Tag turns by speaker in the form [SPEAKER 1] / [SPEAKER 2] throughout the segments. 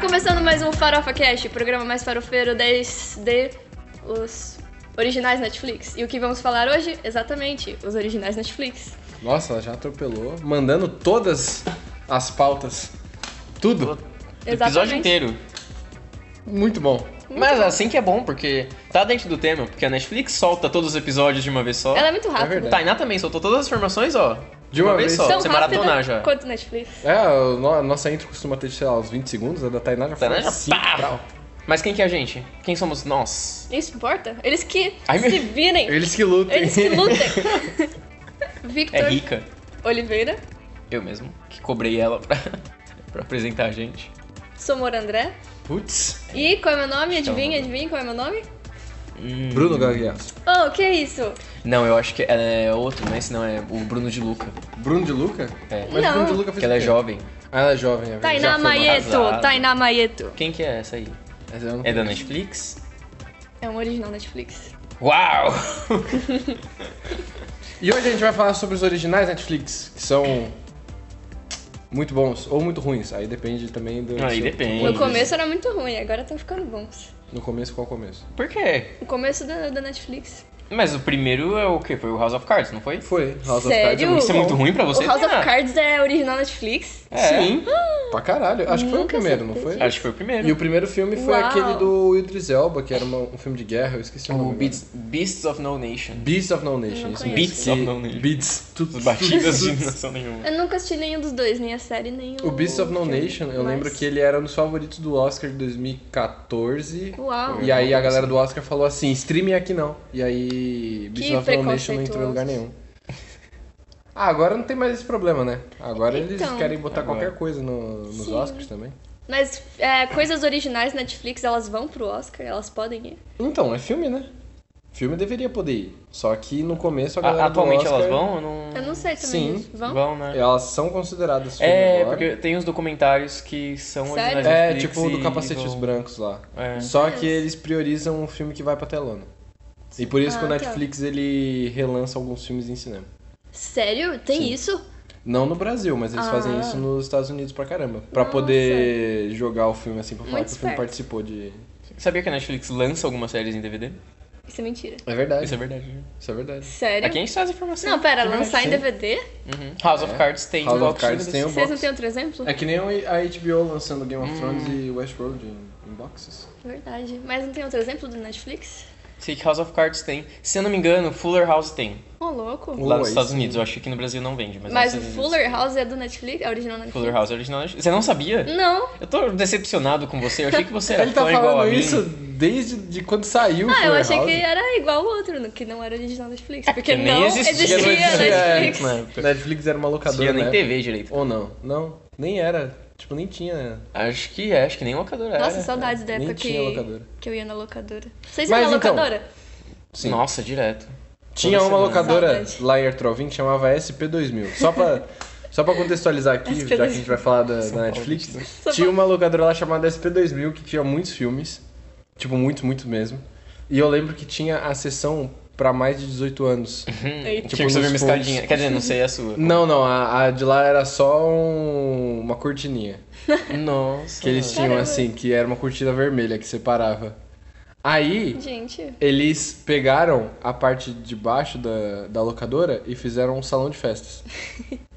[SPEAKER 1] Começando mais um Farofa Cast, o programa mais farofeiro desde os originais Netflix. E o que vamos falar hoje? Exatamente, os originais Netflix.
[SPEAKER 2] Nossa, ela já atropelou, mandando todas as pautas. Tudo.
[SPEAKER 1] Exatamente.
[SPEAKER 3] Episódio inteiro.
[SPEAKER 2] Muito bom.
[SPEAKER 3] Mas assim que é bom, porque tá dentro do tema, porque a Netflix solta todos os episódios de uma vez só.
[SPEAKER 1] Ela é muito
[SPEAKER 2] É
[SPEAKER 1] rápida.
[SPEAKER 2] verdade.
[SPEAKER 3] Tainá também soltou todas as informações, ó.
[SPEAKER 2] De uma vez.
[SPEAKER 3] só,
[SPEAKER 2] Tão
[SPEAKER 3] pra você maratonar já.
[SPEAKER 1] rápida quanto Netflix.
[SPEAKER 2] É, o no- a nossa intro costuma ter, sei lá, uns 20 segundos, a da Tainá já foi assim,
[SPEAKER 3] Tainá já
[SPEAKER 2] uns
[SPEAKER 3] pá!
[SPEAKER 2] cinco tal.
[SPEAKER 3] Mas quem que é a gente? Quem somos nós?
[SPEAKER 1] Isso importa? Eles que
[SPEAKER 3] Ai, meu-
[SPEAKER 1] se virem,
[SPEAKER 2] Eles que lutem.
[SPEAKER 1] eles que lutem. Victor
[SPEAKER 3] É rica.
[SPEAKER 1] Oliveira,
[SPEAKER 3] Eu mesmo, que cobrei ela pra, pra apresentar a gente.
[SPEAKER 1] Somor André.
[SPEAKER 2] Putz.
[SPEAKER 1] E qual é meu nome? Adivinha, adivinha qual é meu nome?
[SPEAKER 3] Hum,
[SPEAKER 2] Bruno Gagliasso.
[SPEAKER 1] Oh, que isso?
[SPEAKER 3] Não, eu acho que é outro, né? Senão é o Bruno de Luca.
[SPEAKER 2] Bruno de Luca?
[SPEAKER 3] É.
[SPEAKER 2] Mas
[SPEAKER 1] Não.
[SPEAKER 2] o Bruno de Luca fez
[SPEAKER 3] Porque ela é
[SPEAKER 2] o quê?
[SPEAKER 3] jovem.
[SPEAKER 2] Ah, ela é jovem, é verdade.
[SPEAKER 1] Tainá
[SPEAKER 3] Já foi
[SPEAKER 1] Maieto,
[SPEAKER 3] arrasado.
[SPEAKER 1] Tainá Maieto.
[SPEAKER 3] Quem que é essa aí?
[SPEAKER 2] Mas eu não
[SPEAKER 3] É da
[SPEAKER 2] conheço.
[SPEAKER 3] Netflix?
[SPEAKER 1] É um original Netflix.
[SPEAKER 3] Uau!
[SPEAKER 2] E hoje a gente vai falar sobre os originais Netflix, que são muito bons ou muito ruins. Aí depende também do.
[SPEAKER 3] Aí
[SPEAKER 2] seu-
[SPEAKER 3] depende.
[SPEAKER 1] No
[SPEAKER 3] Entendi.
[SPEAKER 1] começo era muito ruim, agora estão ficando bons.
[SPEAKER 2] No começo, qual começo?
[SPEAKER 3] Por quê?
[SPEAKER 1] O começo da, da Netflix.
[SPEAKER 3] Mas o primeiro é o quê? Foi o House of Cards, não foi?
[SPEAKER 2] Foi. House of Cards é
[SPEAKER 1] Sério?
[SPEAKER 2] muito
[SPEAKER 3] Isso é muito
[SPEAKER 2] bom.
[SPEAKER 3] ruim pra você?
[SPEAKER 1] o House
[SPEAKER 3] Tainá?
[SPEAKER 1] of Cards é original Netflix?
[SPEAKER 3] É.
[SPEAKER 2] Sim. Pra caralho. Acho que foi o
[SPEAKER 1] Nunca
[SPEAKER 2] primeiro, não
[SPEAKER 1] acertei
[SPEAKER 2] foi?
[SPEAKER 3] Acho que foi o primeiro.
[SPEAKER 2] E o primeiro filme foi
[SPEAKER 1] Uau.
[SPEAKER 2] aquele do Idris Elba, que era uma- um filme de guerra, eu esqueci o,
[SPEAKER 3] O
[SPEAKER 2] nome. agora.
[SPEAKER 3] Beats, Beasts of No Nation.
[SPEAKER 2] Beasts of No Nation.
[SPEAKER 1] Não
[SPEAKER 2] isso
[SPEAKER 1] conheço.
[SPEAKER 2] mesmo.
[SPEAKER 3] Beats of No Nation.
[SPEAKER 2] Beats. Tudo
[SPEAKER 3] Os batidas de nação nenhuma.
[SPEAKER 1] Eu nunca assisti nenhum dos dois, nem a série, nem o.
[SPEAKER 2] O Beasts of No
[SPEAKER 1] filme,
[SPEAKER 2] Nation, eu
[SPEAKER 1] mas-
[SPEAKER 2] lembro que ele era um dos favoritos do Oscar de 2014.
[SPEAKER 1] Uau!
[SPEAKER 2] E aí a galera do Oscar falou assim, streaming aqui não. E aí Beasts of No Nation não entrou em lugar nenhum. Ah, agora não tem mais esse problema, né? Agora
[SPEAKER 1] Então.
[SPEAKER 2] eles querem botar
[SPEAKER 3] Agora.
[SPEAKER 2] qualquer coisa no- nos
[SPEAKER 1] Sim.
[SPEAKER 2] Oscars também.
[SPEAKER 1] Mas é, coisas originais Netflix, elas vão pro Oscar? Elas podem ir?
[SPEAKER 2] Então, é filme, né? Filme deveria poder ir. Só que no começo a galera
[SPEAKER 3] A- Atualmente
[SPEAKER 2] do Oscar,
[SPEAKER 3] elas vão ou não?
[SPEAKER 1] Eu não sei também.
[SPEAKER 2] Sim.
[SPEAKER 1] eles Vão?
[SPEAKER 3] Vão, né?
[SPEAKER 2] Elas são consideradas filme
[SPEAKER 3] É,
[SPEAKER 2] agora.
[SPEAKER 3] porque tem os documentários que são
[SPEAKER 1] Sério?
[SPEAKER 3] originais
[SPEAKER 2] É,
[SPEAKER 3] Netflix
[SPEAKER 2] tipo o do
[SPEAKER 3] e
[SPEAKER 2] Capacetes
[SPEAKER 3] vão-
[SPEAKER 2] Brancos lá.
[SPEAKER 3] É.
[SPEAKER 2] Só que eles priorizam um filme que vai pra telona. E por isso que o
[SPEAKER 1] Ah, tá.
[SPEAKER 2] Netflix ele relança alguns filmes em cinema.
[SPEAKER 1] Sério? Tem
[SPEAKER 2] Sim.
[SPEAKER 1] isso?
[SPEAKER 2] Não no Brasil, mas eles
[SPEAKER 1] Ah.
[SPEAKER 2] fazem isso nos Estados Unidos pra caramba. Pra
[SPEAKER 1] Nossa.
[SPEAKER 2] poder jogar o filme assim, pra falar
[SPEAKER 1] Muito
[SPEAKER 2] que o filme
[SPEAKER 1] esperto.
[SPEAKER 2] participou de.
[SPEAKER 3] Sabia que a Netflix lança algumas séries em DVD?
[SPEAKER 1] Isso é mentira.
[SPEAKER 2] É verdade.
[SPEAKER 3] Isso é verdade. né?
[SPEAKER 2] Isso é verdade.
[SPEAKER 1] Sério?
[SPEAKER 3] Aqui a gente traz informação.
[SPEAKER 1] Não, pera,
[SPEAKER 3] De verdade.
[SPEAKER 1] lançar em DVD?
[SPEAKER 3] Uhum. House of
[SPEAKER 2] É.
[SPEAKER 3] Cards tem.
[SPEAKER 2] House of
[SPEAKER 3] box de
[SPEAKER 2] Cards
[SPEAKER 3] DVD.
[SPEAKER 2] tem o
[SPEAKER 1] Vocês não
[SPEAKER 2] box.
[SPEAKER 1] têm outro exemplo?
[SPEAKER 2] É que nem a HBO lançando Game of
[SPEAKER 3] Hum.
[SPEAKER 2] Thrones e Westworld em, em boxes.
[SPEAKER 1] Verdade. Mas não tem outro exemplo do Netflix?
[SPEAKER 3] Sei
[SPEAKER 2] um-
[SPEAKER 3] que House of Cards tem. Se eu não me engano, Fuller House tem.
[SPEAKER 1] Ô, louco.
[SPEAKER 2] Lá
[SPEAKER 3] Lá
[SPEAKER 2] Pô,
[SPEAKER 3] nos
[SPEAKER 2] aí
[SPEAKER 3] Estados
[SPEAKER 2] sim.
[SPEAKER 3] Unidos. Eu acho que aqui no Brasil não vende. Mas,
[SPEAKER 1] Mas o
[SPEAKER 3] nos Estados Unidos.
[SPEAKER 1] Fuller House é do Netflix? É original Netflix?
[SPEAKER 3] Fuller House é original. Netflix. Você não sabia?
[SPEAKER 1] Não.
[SPEAKER 3] Eu tô decepcionado com você. Eu achei que você era
[SPEAKER 2] Ele tá
[SPEAKER 3] fã igual a
[SPEAKER 2] falando
[SPEAKER 3] mim.
[SPEAKER 2] isso desde de quando saiu.
[SPEAKER 1] Ah, eu
[SPEAKER 2] Fuller
[SPEAKER 1] achei
[SPEAKER 2] House.
[SPEAKER 1] que era igual o outro, no- que não era original Netflix. Porque
[SPEAKER 3] nem
[SPEAKER 1] não
[SPEAKER 3] existia,
[SPEAKER 1] existia,
[SPEAKER 3] não existia, é.
[SPEAKER 1] Netflix.
[SPEAKER 2] né?
[SPEAKER 3] Mano,
[SPEAKER 2] Netflix era uma locadora,
[SPEAKER 3] Tinha nem
[SPEAKER 2] né?
[SPEAKER 3] TV direito.
[SPEAKER 2] Ou não? Não, nem era. Tipo, nem tinha.
[SPEAKER 3] Acho que é, acho que nem locadora
[SPEAKER 1] Nossa,
[SPEAKER 3] era.
[SPEAKER 1] saudades da
[SPEAKER 2] nem
[SPEAKER 1] época
[SPEAKER 2] tinha locadora.
[SPEAKER 1] que, que eu ia na locadora. Vocês iam
[SPEAKER 2] Mas
[SPEAKER 1] na
[SPEAKER 2] então,
[SPEAKER 1] locadora?
[SPEAKER 2] Sim.
[SPEAKER 3] Nossa, direto.
[SPEAKER 2] Tinha
[SPEAKER 3] Toda
[SPEAKER 2] uma
[SPEAKER 3] semana.
[SPEAKER 2] locadora
[SPEAKER 1] Saudade.
[SPEAKER 2] lá em Ertrovin que chamava SP2000. Só pra, só pra contextualizar aqui, já que a gente vai falar da, da Netflix, tinha uma locadora lá chamada SP2000 que tinha muitos filmes. Tipo, muitos, muitos mesmo. E eu lembro que tinha a sessão pra mais de 18 anos.
[SPEAKER 1] Eita.
[SPEAKER 3] Tinha que subir uma
[SPEAKER 2] nos
[SPEAKER 3] escadinha.
[SPEAKER 2] pontos.
[SPEAKER 3] Quer dizer, não sei a sua.
[SPEAKER 2] Não, não, a, a de lá era só um- uma cortininha.
[SPEAKER 3] Nossa.
[SPEAKER 2] Que eles tinham
[SPEAKER 1] Caramba.
[SPEAKER 2] assim, que era uma cortina vermelha que separava. Aí,
[SPEAKER 1] Gente,
[SPEAKER 2] eles pegaram a parte de baixo da, da locadora e fizeram um salão de festas.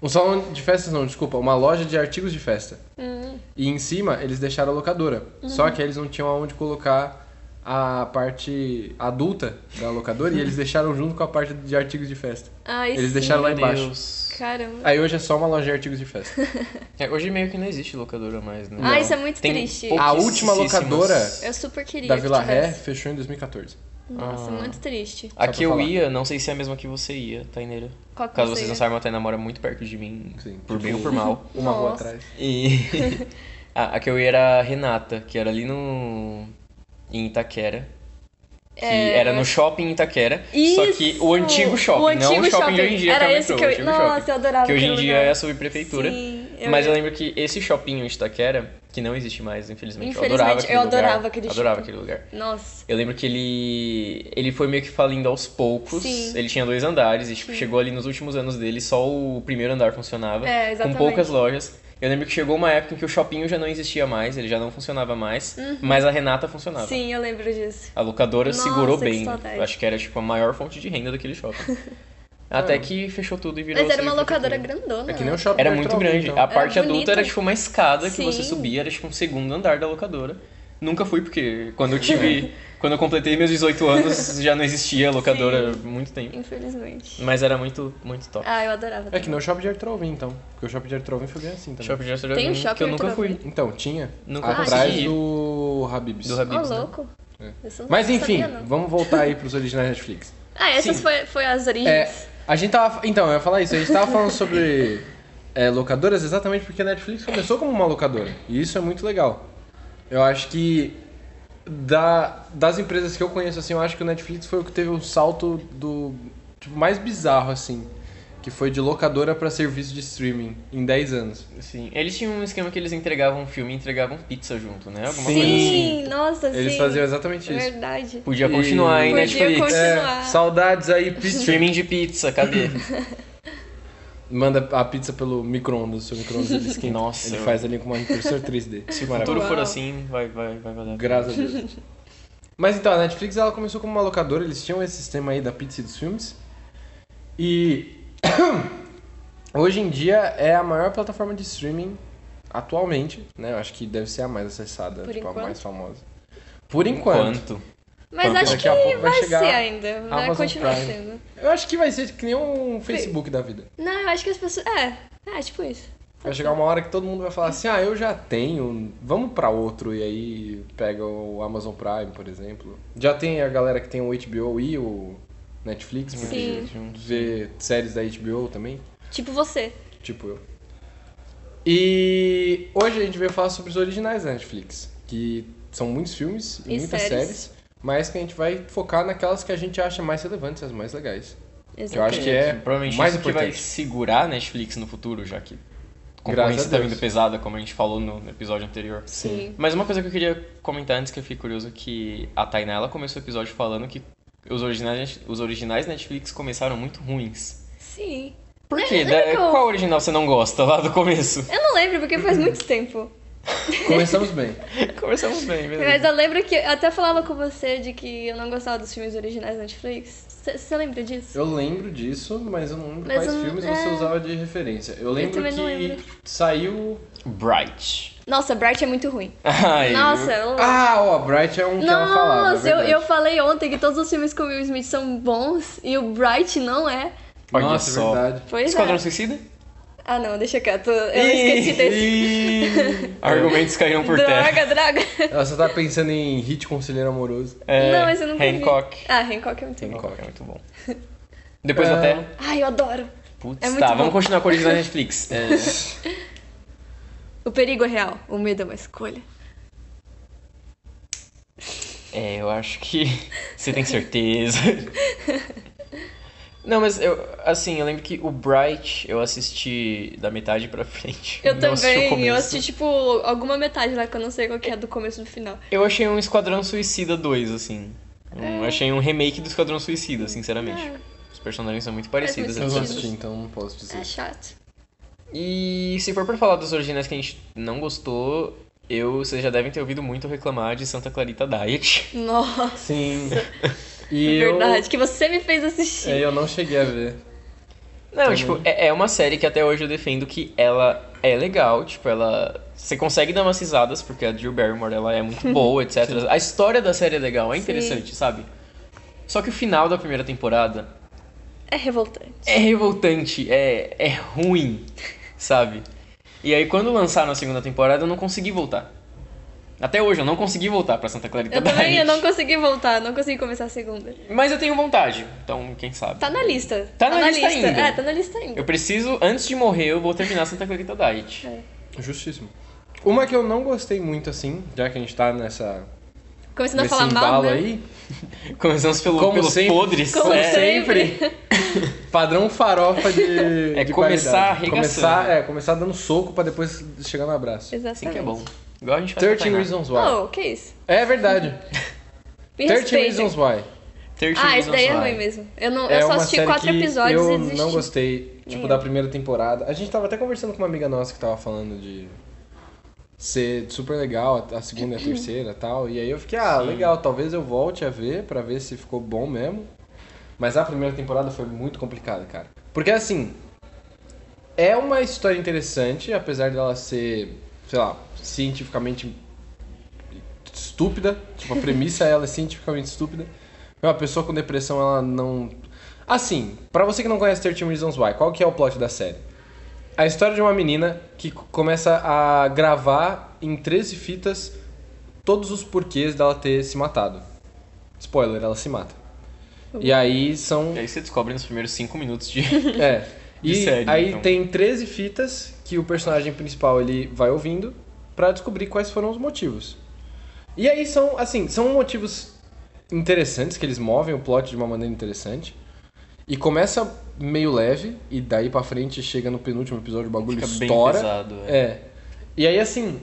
[SPEAKER 2] Um salão de festas não, desculpa, uma loja de artigos de festa.
[SPEAKER 1] hum.
[SPEAKER 2] E em cima eles deixaram a locadora. Só que eles não tinham aonde colocar a parte adulta da locadora e eles deixaram junto com a parte de artigos de festa.
[SPEAKER 1] ai
[SPEAKER 2] Eles
[SPEAKER 1] sim.
[SPEAKER 2] deixaram lá
[SPEAKER 3] Meu
[SPEAKER 2] embaixo.
[SPEAKER 3] Deus.
[SPEAKER 1] Caramba.
[SPEAKER 2] Aí hoje é só uma loja de artigos de festa.
[SPEAKER 3] É, hoje meio que não existe locadora mais, né?
[SPEAKER 1] Ah, isso é muito
[SPEAKER 3] Tem
[SPEAKER 1] triste.
[SPEAKER 3] pouco-
[SPEAKER 2] A última locadora
[SPEAKER 1] Eu super queria
[SPEAKER 2] da
[SPEAKER 1] que
[SPEAKER 2] Vila Ré
[SPEAKER 1] tivesse.
[SPEAKER 2] fechou em 2014.
[SPEAKER 1] Nossa,
[SPEAKER 3] Ah.
[SPEAKER 1] muito triste.
[SPEAKER 3] A que
[SPEAKER 2] pra
[SPEAKER 3] eu
[SPEAKER 2] falar.
[SPEAKER 3] ia, não sei se é a mesma que você ia, Taineira.
[SPEAKER 1] Qual que
[SPEAKER 3] Caso
[SPEAKER 1] você
[SPEAKER 3] vocês
[SPEAKER 1] ia?
[SPEAKER 3] não saibam, a Taina mora muito perto de mim.
[SPEAKER 2] Sim. tipo,
[SPEAKER 3] Por bem ou por mal.
[SPEAKER 2] Uma rua
[SPEAKER 1] Nossa.
[SPEAKER 2] atrás.
[SPEAKER 3] E a, a que eu ia era a Renata, que era ali no. em Itaquera. Que
[SPEAKER 1] É.
[SPEAKER 3] era no shopping Itaquera. Só que o
[SPEAKER 1] Isso!
[SPEAKER 3] antigo shopping,
[SPEAKER 1] O antigo
[SPEAKER 3] não o shopping, de hoje em
[SPEAKER 1] shopping.
[SPEAKER 3] dia,
[SPEAKER 1] Era
[SPEAKER 3] que é o
[SPEAKER 1] esse
[SPEAKER 3] metrô,
[SPEAKER 1] que eu-
[SPEAKER 3] o antigo
[SPEAKER 1] Nossa,
[SPEAKER 3] shopping,
[SPEAKER 1] eu adorava
[SPEAKER 3] Que hoje em
[SPEAKER 1] aquele
[SPEAKER 3] dia
[SPEAKER 1] lugar.
[SPEAKER 3] é a subprefeitura.
[SPEAKER 1] Sim, eu
[SPEAKER 3] Mas eu
[SPEAKER 1] ia.
[SPEAKER 3] lembro que esse shopping Itaquera, que não existe mais, infelizmente,
[SPEAKER 1] Infelizmente,
[SPEAKER 3] eu adorava aquele
[SPEAKER 1] eu
[SPEAKER 3] lugar.
[SPEAKER 1] adorava aquele
[SPEAKER 3] adorava
[SPEAKER 1] shopping.
[SPEAKER 3] aquele lugar.
[SPEAKER 1] Nossa.
[SPEAKER 3] Eu lembro que ele ele foi meio que falindo aos poucos.
[SPEAKER 1] Sim.
[SPEAKER 3] Ele tinha dois andares e tipo, chegou ali nos últimos anos dele, só o primeiro andar funcionava,
[SPEAKER 1] É,
[SPEAKER 3] com
[SPEAKER 1] exatamente.
[SPEAKER 3] poucas lojas. Eu lembro que chegou uma época em que o Shopping já não existia mais, ele já não funcionava mais, mas a Renata funcionava.
[SPEAKER 1] Uhum. Sim, eu lembro disso.
[SPEAKER 3] A locadora
[SPEAKER 1] Nossa,
[SPEAKER 3] segurou
[SPEAKER 1] que
[SPEAKER 3] bem.
[SPEAKER 1] saudade.
[SPEAKER 3] Eu acho que era tipo a maior fonte de renda daquele shopping. Até que fechou tudo e virou.
[SPEAKER 1] Mas era uma
[SPEAKER 3] semi-prefeitura.
[SPEAKER 1] locadora grandona.
[SPEAKER 2] É que nem
[SPEAKER 1] né?
[SPEAKER 2] um shopping.
[SPEAKER 3] Era
[SPEAKER 2] perto
[SPEAKER 3] muito
[SPEAKER 2] da rua,
[SPEAKER 3] grande.
[SPEAKER 2] então.
[SPEAKER 3] A parte
[SPEAKER 1] Era
[SPEAKER 3] adulta
[SPEAKER 1] bonito.
[SPEAKER 3] era tipo uma escada que você
[SPEAKER 1] Sim.
[SPEAKER 3] subia, era tipo um segundo andar da locadora. Nunca fui, porque quando eu tive. quando eu completei meus 18 anos, já não existia locadora há muito tempo.
[SPEAKER 1] Infelizmente.
[SPEAKER 3] Mas era muito, muito top.
[SPEAKER 1] Ah, eu
[SPEAKER 3] um
[SPEAKER 1] adorava.
[SPEAKER 2] É que
[SPEAKER 1] também.
[SPEAKER 2] nem o shopping de Artrovin, então. Porque o shopping de Artrovin foi bem assim também.
[SPEAKER 3] Shopping de Amsterdã
[SPEAKER 1] Tem um
[SPEAKER 3] que
[SPEAKER 1] shopping
[SPEAKER 3] eu nunca
[SPEAKER 1] Arthur
[SPEAKER 3] fui.
[SPEAKER 2] Então, tinha.
[SPEAKER 3] Nunca
[SPEAKER 2] atrás
[SPEAKER 3] consegui ir.
[SPEAKER 2] do Habibs.
[SPEAKER 3] Do Habib's.
[SPEAKER 1] Ô,
[SPEAKER 3] né?
[SPEAKER 1] louco.
[SPEAKER 2] É.
[SPEAKER 1] Isso eu não
[SPEAKER 2] Mas enfim,
[SPEAKER 1] sabia, não.
[SPEAKER 2] vamos voltar aí pros originais Netflix.
[SPEAKER 1] Ah, essas
[SPEAKER 2] Sim.
[SPEAKER 1] foi, foi as
[SPEAKER 2] É,
[SPEAKER 1] origens.
[SPEAKER 2] a gente tava. Então, eu ia falar isso. A gente tava falando sobre é, locadoras exatamente porque a Netflix começou como uma locadora. E isso é muito legal. Eu acho que. da- das empresas que eu conheço, assim, eu acho que o Netflix foi o que teve um salto do. Tipo, mais bizarro, assim. Que foi de locadora pra serviço de streaming em 10 anos.
[SPEAKER 3] Sim. Eles tinham um esquema que eles entregavam filme e entregavam pizza junto, né? Alguma coisa assim.
[SPEAKER 1] Sim, nossa, sim. É
[SPEAKER 2] Eles faziam exatamente isso.
[SPEAKER 1] Verdade.
[SPEAKER 3] Podia
[SPEAKER 2] E-
[SPEAKER 3] continuar, hein,
[SPEAKER 1] Podia
[SPEAKER 3] Netflix?
[SPEAKER 1] continuar.
[SPEAKER 2] É, saudades aí, pizza.
[SPEAKER 3] Streaming de pizza, cadê?
[SPEAKER 2] Manda a pizza pelo micro-ondas, seu micro-ondas ele esquenta.
[SPEAKER 3] Nossa,
[SPEAKER 2] Ele
[SPEAKER 3] eu-
[SPEAKER 2] faz ali com uma impressora 3D.
[SPEAKER 3] Se o
[SPEAKER 2] Maravilha.
[SPEAKER 3] futuro for
[SPEAKER 1] Uau.
[SPEAKER 3] assim, vai, vai, vai valer. a pena.
[SPEAKER 2] Graças a Deus. Mas então, a Netflix ela começou como uma locadora, eles tinham esse sistema aí da pizza e dos filmes. E hoje em dia é a maior plataforma de streaming atualmente, né? Eu acho que deve ser a mais acessada,
[SPEAKER 1] Por
[SPEAKER 2] tipo, a
[SPEAKER 1] enquanto.
[SPEAKER 2] mais famosa. Por enquanto.
[SPEAKER 3] Quanto?
[SPEAKER 1] Mas acho
[SPEAKER 2] Daqui
[SPEAKER 1] que
[SPEAKER 2] a pouco vai
[SPEAKER 1] vai ser
[SPEAKER 2] chegar
[SPEAKER 1] ainda. Vai
[SPEAKER 2] Amazon
[SPEAKER 1] continuar
[SPEAKER 2] Prime.
[SPEAKER 1] sendo.
[SPEAKER 2] Eu acho que vai ser que nem um Facebook da vida.
[SPEAKER 1] Não, eu acho que as pessoas. É, é tipo isso.
[SPEAKER 2] Vai chegar uma hora que todo mundo vai falar assim: ah, eu já tenho, vamos pra outro. E aí pega o Amazon Prime, por exemplo. Já tem a galera que tem o HBO e o Netflix, porque
[SPEAKER 1] Sim.
[SPEAKER 2] vê séries da HBO também,
[SPEAKER 1] Tipo você.
[SPEAKER 2] tipo eu. E hoje a gente veio falar sobre os originais da Netflix, que são muitos filmes e,
[SPEAKER 1] E
[SPEAKER 2] muitas séries.
[SPEAKER 1] séries.
[SPEAKER 2] mas que a gente vai focar naquelas que a gente acha mais relevantes, as mais legais. Eu acho
[SPEAKER 1] Exatamente.
[SPEAKER 2] que é
[SPEAKER 3] Provavelmente
[SPEAKER 2] mais
[SPEAKER 3] isso que vai
[SPEAKER 2] importante.
[SPEAKER 3] segurar a Netflix no futuro, já que a
[SPEAKER 2] Graças
[SPEAKER 3] concorrência
[SPEAKER 2] a
[SPEAKER 3] tá
[SPEAKER 2] Deus.
[SPEAKER 3] vindo pesada, como a gente falou no no episódio anterior.
[SPEAKER 1] Sim.
[SPEAKER 3] Mas uma coisa que eu queria comentar antes que eu fiquei curioso, é que a Tainá, ela começou o episódio falando que os originais, os originais Netflix começaram muito ruins.
[SPEAKER 1] Sim.
[SPEAKER 3] Por
[SPEAKER 1] Não,
[SPEAKER 3] quê?
[SPEAKER 1] não é
[SPEAKER 3] Da-
[SPEAKER 1] que eu-
[SPEAKER 3] Qual original você não gosta lá do começo?
[SPEAKER 1] Eu não lembro, porque faz muito tempo.
[SPEAKER 2] Começamos bem.
[SPEAKER 3] Conversamos bem,
[SPEAKER 1] Mas
[SPEAKER 2] Uhum.
[SPEAKER 3] beleza.
[SPEAKER 1] eu lembro que eu até falava com você de que eu não gostava dos filmes originais da Netflix. Você lembra disso?
[SPEAKER 2] Eu lembro disso, mas eu não lembro
[SPEAKER 1] Mas
[SPEAKER 2] quais
[SPEAKER 1] eu não-
[SPEAKER 2] filmes você
[SPEAKER 1] é.
[SPEAKER 2] usava de referência. Eu lembro
[SPEAKER 1] também
[SPEAKER 2] que
[SPEAKER 1] não lembro.
[SPEAKER 2] saiu.
[SPEAKER 3] Bright.
[SPEAKER 1] Nossa, Bright é muito ruim.
[SPEAKER 3] Ai,
[SPEAKER 1] Nossa, eu...
[SPEAKER 2] Ah, ó, Bright é um que ela falava. é
[SPEAKER 1] Nossa, eu,
[SPEAKER 2] verdade.
[SPEAKER 1] eu falei ontem que todos os filmes com Will Smith são bons e o Bright não é.
[SPEAKER 3] Olha
[SPEAKER 2] Nossa,
[SPEAKER 3] só.
[SPEAKER 2] verdade.
[SPEAKER 1] Pois
[SPEAKER 3] Esquadrão
[SPEAKER 1] é.
[SPEAKER 3] Suicida?
[SPEAKER 1] Ah, não, deixa quieto. Eu esqueci desse.
[SPEAKER 3] Ih, Argumentos caíram por terra.
[SPEAKER 1] Droga, droga.
[SPEAKER 2] Ela só tá pensando em hit conselheiro amoroso.
[SPEAKER 3] É,
[SPEAKER 1] Não, mas eu nunca vi.
[SPEAKER 3] Hancock.
[SPEAKER 1] Ah, Hancock é muito bom.
[SPEAKER 3] Hancock é muito bom. Depois
[SPEAKER 2] É.
[SPEAKER 1] Ah,
[SPEAKER 3] da Terra.
[SPEAKER 1] Ai, eu adoro.
[SPEAKER 3] Putz,
[SPEAKER 1] É muito
[SPEAKER 3] tá,
[SPEAKER 1] bom.
[SPEAKER 3] vamos continuar com o original Netflix.
[SPEAKER 2] É,
[SPEAKER 3] É,
[SPEAKER 1] O perigo é real, o medo é uma escolha.
[SPEAKER 3] É, eu acho que você tem certeza. Não, mas eu, assim, eu lembro que o Bright eu assisti da metade pra frente.
[SPEAKER 1] Eu
[SPEAKER 3] Não assisti o
[SPEAKER 1] também, eu
[SPEAKER 3] começo.
[SPEAKER 1] assisti, tipo, alguma metade lá que eu não sei qual que é do começo e do final.
[SPEAKER 3] Eu achei um Esquadrão Suicida 2, assim. Um- achei um remake do Esquadrão Suicida, sinceramente.
[SPEAKER 1] É.
[SPEAKER 3] Os personagens são muito
[SPEAKER 1] Faz
[SPEAKER 3] parecidos.
[SPEAKER 1] muito
[SPEAKER 2] Eu não
[SPEAKER 3] assim.
[SPEAKER 1] sentido.
[SPEAKER 2] assisti, então não posso dizer.
[SPEAKER 1] É chato.
[SPEAKER 3] E se for pra falar dos originais que a gente não gostou, eu, vocês já devem ter ouvido muito eu reclamar de Santa Clarita Diet.
[SPEAKER 1] Nossa,
[SPEAKER 2] Sim. E eu,
[SPEAKER 1] É verdade, que você me fez assistir.
[SPEAKER 2] é, eu não cheguei a ver.
[SPEAKER 3] Não,
[SPEAKER 2] Também.
[SPEAKER 3] tipo, é, é uma série que até hoje eu defendo que ela é legal, tipo, ela. Você consegue dar umas risadas, porque a Drew Barrymore ela é muito boa, etc. A história da série é legal, é
[SPEAKER 1] Sim.
[SPEAKER 3] interessante, sabe? Só que o final da primeira temporada
[SPEAKER 1] É revoltante.
[SPEAKER 3] é revoltante, é, é ruim, sabe? E aí quando lançaram a segunda temporada eu não consegui voltar. Até hoje eu não consegui voltar pra Santa Clarita
[SPEAKER 1] Eu também
[SPEAKER 3] Diet.
[SPEAKER 1] eu não consegui voltar, não consegui começar a segunda.
[SPEAKER 3] Mas eu tenho vontade, então quem sabe.
[SPEAKER 1] Tá na lista.
[SPEAKER 3] Tá na lista ainda.
[SPEAKER 1] É, tá na lista ainda.
[SPEAKER 3] Eu preciso, antes de morrer, eu vou terminar Santa Clarita Diet.
[SPEAKER 1] É.
[SPEAKER 2] Justíssimo. Uma que eu não gostei muito, assim, já que a gente tá nessa.
[SPEAKER 1] Começando a
[SPEAKER 2] nesse
[SPEAKER 1] falar mal,
[SPEAKER 2] embalo
[SPEAKER 1] né?
[SPEAKER 2] aí.
[SPEAKER 3] Começamos pelo,
[SPEAKER 2] Como
[SPEAKER 3] pelos
[SPEAKER 2] sempre.
[SPEAKER 3] podres.
[SPEAKER 1] Como
[SPEAKER 3] é,
[SPEAKER 1] sempre.
[SPEAKER 2] Padrão farofa de.
[SPEAKER 3] É
[SPEAKER 2] de
[SPEAKER 3] começar
[SPEAKER 2] qualidade.
[SPEAKER 3] arregaçando.
[SPEAKER 2] começar, é, começar dando soco pra depois chegar no abraço.
[SPEAKER 1] Exatamente.
[SPEAKER 3] Assim que é bom. Igual a gente faz com a
[SPEAKER 2] 13
[SPEAKER 3] Tainá.
[SPEAKER 2] Reasons Why.
[SPEAKER 1] Oh, que isso?
[SPEAKER 2] É verdade.
[SPEAKER 1] é Me
[SPEAKER 2] 13
[SPEAKER 1] respeitem.
[SPEAKER 2] Reasons Why.
[SPEAKER 3] Thirteen
[SPEAKER 1] Ah, esse
[SPEAKER 3] Reasons
[SPEAKER 1] daí é
[SPEAKER 3] Why.
[SPEAKER 1] ruim mesmo. Eu, não,
[SPEAKER 2] é
[SPEAKER 1] eu só
[SPEAKER 2] uma
[SPEAKER 1] assisti
[SPEAKER 2] série
[SPEAKER 1] quatro
[SPEAKER 2] que
[SPEAKER 1] episódios
[SPEAKER 2] eu
[SPEAKER 1] e desisti. É.
[SPEAKER 2] não gostei, tipo,
[SPEAKER 1] Nem
[SPEAKER 2] da
[SPEAKER 1] eu.
[SPEAKER 2] primeira temporada. A gente tava até conversando com uma amiga nossa que tava falando de ser super legal a a segunda e a terceira e tal. E aí eu fiquei, ah,
[SPEAKER 3] Sim.
[SPEAKER 2] legal, talvez eu volte a ver pra ver se ficou bom mesmo. Mas a primeira temporada foi muito complicada, cara. Porque assim, é uma história interessante, apesar dela ser, sei lá, cientificamente estúpida. Tipo, a premissa ela é cientificamente estúpida. Uma pessoa com depressão, ela não. Assim, pra você que não conhece 13 Reasons Why, qual que é o plot da série? A história de uma menina que c- começa a gravar em 13 fitas todos os porquês dela ter se matado. Spoiler, ela se mata. E aí são.
[SPEAKER 3] E aí você descobre nos primeiros 5 minutos de.
[SPEAKER 2] É.
[SPEAKER 3] De
[SPEAKER 2] E
[SPEAKER 3] série,
[SPEAKER 2] aí
[SPEAKER 3] então.
[SPEAKER 2] tem 13 fitas que o personagem principal ele vai ouvindo pra descobrir quais foram os motivos. E aí são, assim, são motivos interessantes que eles movem o plot de uma maneira interessante. E começa meio leve e daí pra frente chega no penúltimo episódio o bagulho
[SPEAKER 3] Fica bem
[SPEAKER 2] estoura.
[SPEAKER 3] pesado. é.
[SPEAKER 2] É. E aí, assim,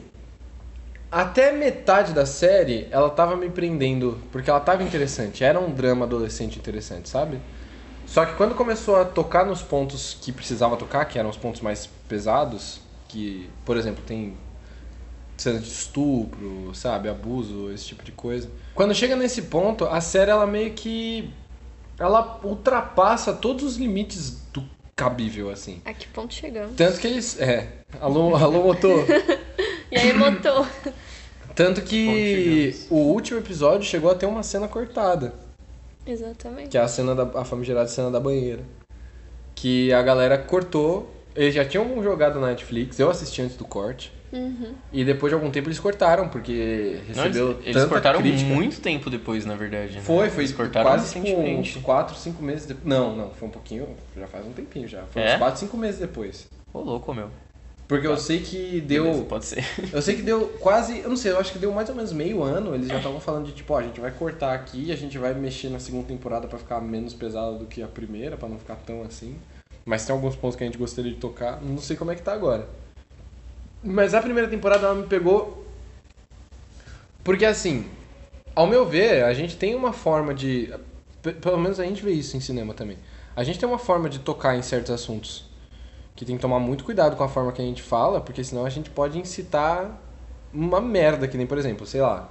[SPEAKER 2] até metade da série ela tava me prendendo, porque ela tava interessante. Era um drama adolescente interessante, sabe? Só que quando começou a tocar nos pontos que precisava tocar, que eram os pontos mais pesados, que, por exemplo, tem cena de estupro, sabe, abuso, esse tipo de coisa. Quando chega nesse ponto, a série ela meio que ela ultrapassa todos os limites do cabível, assim.
[SPEAKER 1] A Ah, que ponto chegamos?
[SPEAKER 2] Tanto que eles. É. Alô, alô motor.
[SPEAKER 1] E aí, motor.
[SPEAKER 2] Tanto
[SPEAKER 3] Bom,
[SPEAKER 2] que
[SPEAKER 3] chegamos.
[SPEAKER 2] o último episódio chegou a ter uma cena cortada.
[SPEAKER 1] Exatamente.
[SPEAKER 2] Que é a cena da. a famigerada cena da banheira. Que a galera cortou. Eles já tinham jogado na Netflix, eu assisti antes do corte.
[SPEAKER 1] Uhum.
[SPEAKER 2] E depois de algum tempo eles cortaram, porque É,
[SPEAKER 3] Não, eles,
[SPEAKER 2] recebeu.
[SPEAKER 3] eles
[SPEAKER 2] tanta
[SPEAKER 3] cortaram
[SPEAKER 2] crítica.
[SPEAKER 3] muito tempo depois, na verdade. né?
[SPEAKER 2] Foi, foi
[SPEAKER 3] Eles cortaram
[SPEAKER 2] quase tipo, uns
[SPEAKER 3] recentemente.
[SPEAKER 2] 4, 5 meses depois. Não, não, foi um pouquinho. Já faz um tempinho já. Foi uns
[SPEAKER 3] É?
[SPEAKER 2] 4, 5 meses depois.
[SPEAKER 3] Ô, louco, meu.
[SPEAKER 2] Porque eu sei que
[SPEAKER 3] Beleza,
[SPEAKER 2] deu.
[SPEAKER 3] Pode ser.
[SPEAKER 2] Eu sei que deu quase, eu não sei, eu acho que deu mais ou menos meio ano, eles já estavam falando de tipo, ó, a gente vai cortar aqui, a gente vai mexer na segunda temporada pra ficar menos pesado do que a primeira, pra não ficar tão assim. Mas tem alguns pontos que a gente gostaria de tocar, não sei como é que tá agora. Mas a primeira temporada ela me pegou porque assim, ao meu ver, a gente tem uma forma de pe- pelo menos a gente vê isso em cinema também. A gente tem uma forma de tocar em certos assuntos que tem que tomar muito cuidado com a forma que a gente fala, porque senão a gente pode incitar uma merda, que nem, por exemplo, sei lá.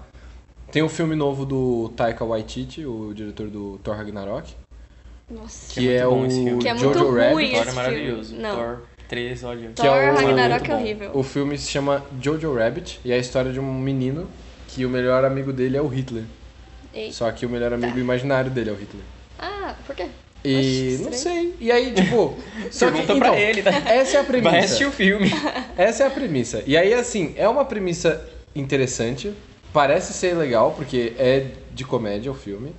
[SPEAKER 2] Tem o filme novo do Taika Waititi, o diretor do Thor Ragnarok,
[SPEAKER 1] Nossa.
[SPEAKER 2] que,
[SPEAKER 3] Que é
[SPEAKER 2] é,
[SPEAKER 3] muito bom
[SPEAKER 2] o
[SPEAKER 3] esse filme.
[SPEAKER 1] Que é muito
[SPEAKER 2] Jojo
[SPEAKER 1] ruim
[SPEAKER 2] Rabbit.
[SPEAKER 3] Thor
[SPEAKER 1] esse
[SPEAKER 3] é maravilhoso.
[SPEAKER 1] filme. Não.
[SPEAKER 3] Thor 3, olha.
[SPEAKER 2] Que é
[SPEAKER 1] Thor
[SPEAKER 2] um-
[SPEAKER 1] Ragnarok
[SPEAKER 3] muito
[SPEAKER 1] é
[SPEAKER 3] bom.
[SPEAKER 1] horrível.
[SPEAKER 2] O filme se chama Jojo Rabbit e é a história de um menino que o melhor amigo dele é o Hitler.
[SPEAKER 1] Ei. Tá.
[SPEAKER 2] Só que o melhor amigo imaginário dele é o Hitler.
[SPEAKER 1] Ah, por quê?
[SPEAKER 2] E
[SPEAKER 1] Oxe,
[SPEAKER 2] não
[SPEAKER 1] estranho.
[SPEAKER 2] sei. E aí, tipo, só que
[SPEAKER 3] Pergunta pra
[SPEAKER 2] então,
[SPEAKER 3] ele, tá?
[SPEAKER 2] essa é a premissa.
[SPEAKER 3] Vai assistir o filme.
[SPEAKER 2] Essa é a premissa. E aí, assim, é uma premissa interessante. Parece ser legal, porque é de comédia o filme.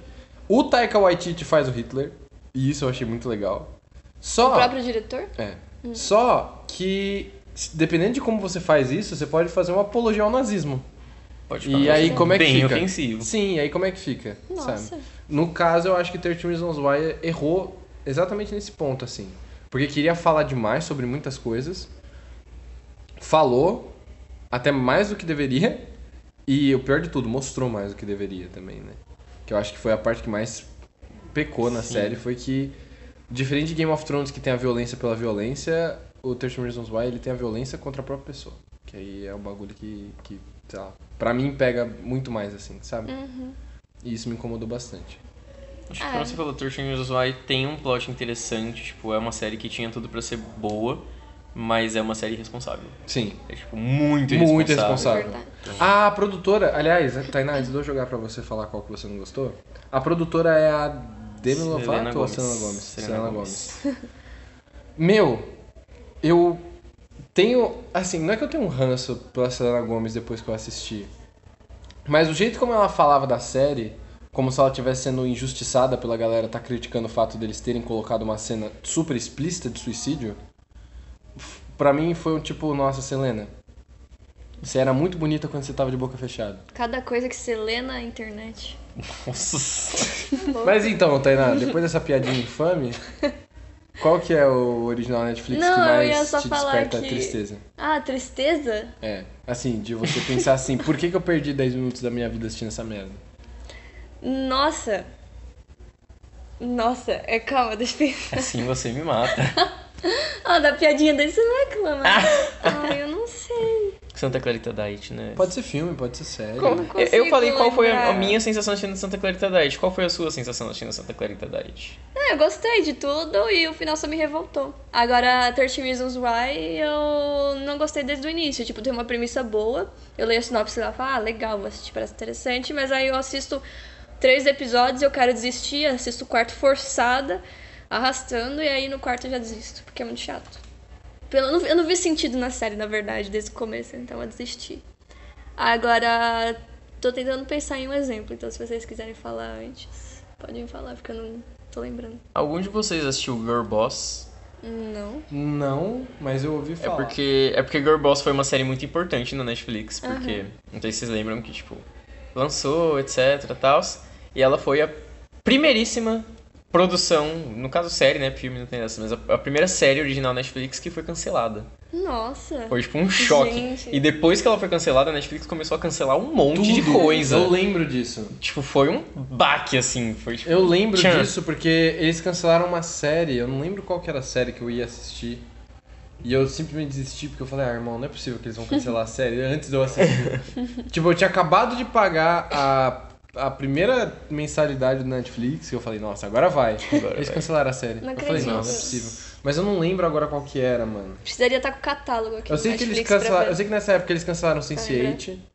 [SPEAKER 2] O Taika Waititi faz o Hitler. E isso eu achei muito legal. Só.
[SPEAKER 1] O próprio Hum. diretor?
[SPEAKER 2] É. Só que, s- dependendo de como você faz isso, você pode fazer uma apologia ao nazismo.
[SPEAKER 3] Pode
[SPEAKER 2] E
[SPEAKER 3] ficar
[SPEAKER 2] aí,
[SPEAKER 3] bem
[SPEAKER 2] como é que
[SPEAKER 3] Bem
[SPEAKER 2] fica?
[SPEAKER 3] ofensivo.
[SPEAKER 2] Sim, e aí como é que fica?
[SPEAKER 1] Nossa. é
[SPEAKER 2] Sabe? No caso, eu acho que 13 Reasons Why errou exatamente nesse ponto, assim. Porque queria falar demais sobre muitas coisas. Falou até mais do que deveria. E o pior de tudo, mostrou mais do que deveria também, né? Que eu acho que foi a parte que mais pecou na
[SPEAKER 3] Sim.
[SPEAKER 2] série. Foi que, diferente de Game of Thrones, que tem a violência pela violência, o 13 Reasons Why ele tem a violência contra a própria pessoa. Que aí é um bagulho que, que sei lá, pra mim pega muito mais, assim, sabe? E isso me incomodou bastante.
[SPEAKER 3] Acho que
[SPEAKER 1] Ah,
[SPEAKER 3] como
[SPEAKER 1] é.
[SPEAKER 3] você falou, Thirteen Reasons Why tem um plot interessante. Tipo, é uma série que tinha tudo pra ser boa, mas é uma série irresponsável.
[SPEAKER 2] Sim.
[SPEAKER 3] É, tipo, muito irresponsável.
[SPEAKER 2] Muito irresponsável.
[SPEAKER 1] Verdade.
[SPEAKER 2] Ah, A produtora, aliás, é, Tainá, antes de eu jogar pra você falar qual que você não gostou, a produtora é a Demi
[SPEAKER 3] Selena
[SPEAKER 2] Lovato ou a
[SPEAKER 3] Gomez.
[SPEAKER 2] Selena Gomes?
[SPEAKER 3] Selena Gomez.
[SPEAKER 2] Meu, eu tenho. Assim, não é que eu tenho um ranço pela Selena Gomes depois que eu assisti, mas o jeito como ela falava da série, como se ela estivesse sendo injustiçada pela galera tá criticando o fato deles terem colocado uma cena super explícita de suicídio, f- pra mim foi um tipo, nossa, Selena. Você era muito bonita quando você tava de boca fechada.
[SPEAKER 1] Cada coisa que você lê na internet.
[SPEAKER 3] Nossa.
[SPEAKER 2] Mas então, Tainá, depois dessa piadinha infame, qual que é o original Netflix que
[SPEAKER 1] Não, eu
[SPEAKER 2] mais
[SPEAKER 1] ia só
[SPEAKER 2] te
[SPEAKER 1] falar
[SPEAKER 2] desperta
[SPEAKER 1] que-
[SPEAKER 2] tristeza?
[SPEAKER 1] Ah, tristeza?
[SPEAKER 2] É, assim, de você pensar assim, por que, que eu perdi 10 minutos da minha vida assistindo essa merda?
[SPEAKER 1] Nossa. Nossa, é calma, deixa eu pensar.
[SPEAKER 3] Assim você me mata.
[SPEAKER 1] Ah, da piadinha dele você vai reclamar. Ai, eu não sei.
[SPEAKER 3] Santa Clarita Diet, né?
[SPEAKER 2] Pode ser filme, pode ser série.
[SPEAKER 1] Como?
[SPEAKER 2] né?
[SPEAKER 3] Eu- Eu
[SPEAKER 1] Consigo né?
[SPEAKER 3] falei qual foi a- a
[SPEAKER 1] lembrar.
[SPEAKER 3] minha sensação assistindo Santa Clarita Diet. Qual foi a sua sensação assistindo Santa Clarita Diet?
[SPEAKER 1] Ah, eu gostei de tudo e o final só me revoltou. Agora, 13 Reasons Why, eu não gostei desde o início. Tipo, tem uma premissa boa. Eu leio a sinopse lá e falo, ah, legal, vou assistir, parece interessante. Mas aí eu assisto três episódios, eu quero desistir, assisto o quarto forçada, arrastando, e aí no quarto eu já desisto, porque é muito chato. Pelo, eu, não, eu não vi sentido na série, na verdade, desde o começo, então eu desisti. Agora, tô tentando pensar em um exemplo, então se vocês quiserem falar antes, podem falar, porque eu não tô lembrando.
[SPEAKER 3] Algum de vocês assistiu Girl Boss?
[SPEAKER 1] Não.
[SPEAKER 2] Não, mas eu ouvi
[SPEAKER 3] É
[SPEAKER 2] falar.
[SPEAKER 3] porque, é porque Girl Boss foi uma série muito importante na Netflix, porque não sei se vocês lembram que, tipo, lançou, etc, tal, e ela foi a primeiríssima produção, no caso série, né, filme não tem essa, mas a, a primeira série original Netflix que foi cancelada.
[SPEAKER 1] Nossa.
[SPEAKER 3] Foi, tipo, um choque.
[SPEAKER 1] Gente.
[SPEAKER 3] E depois que ela foi cancelada, a Netflix começou a cancelar um monte de
[SPEAKER 2] Tudo.
[SPEAKER 3] coisa.
[SPEAKER 2] Eu lembro disso.
[SPEAKER 3] Tipo, foi um baque, assim, foi, tipo,
[SPEAKER 2] Eu lembro
[SPEAKER 3] Tchan.
[SPEAKER 2] disso porque eles cancelaram uma série, eu não lembro qual que era a série que eu ia assistir. E eu simplesmente desisti porque eu falei, ah, irmão, não é possível que eles vão cancelar a série antes de eu assistir. tipo, eu tinha acabado de pagar a, a primeira mensalidade do Netflix e eu falei, nossa, agora vai. eles
[SPEAKER 3] vai.
[SPEAKER 2] cancelaram a série.
[SPEAKER 1] Não
[SPEAKER 2] eu falei, não, não é
[SPEAKER 1] acredito.
[SPEAKER 2] possível. Mas eu não lembro agora qual que era, mano.
[SPEAKER 1] Precisaria estar com o catálogo aqui.
[SPEAKER 2] Eu
[SPEAKER 1] no
[SPEAKER 2] sei, que eles
[SPEAKER 1] Netflix pra
[SPEAKER 2] cancelaram,
[SPEAKER 1] ver.
[SPEAKER 2] eu sei que nessa época eles cancelaram Sense8.
[SPEAKER 1] lembra?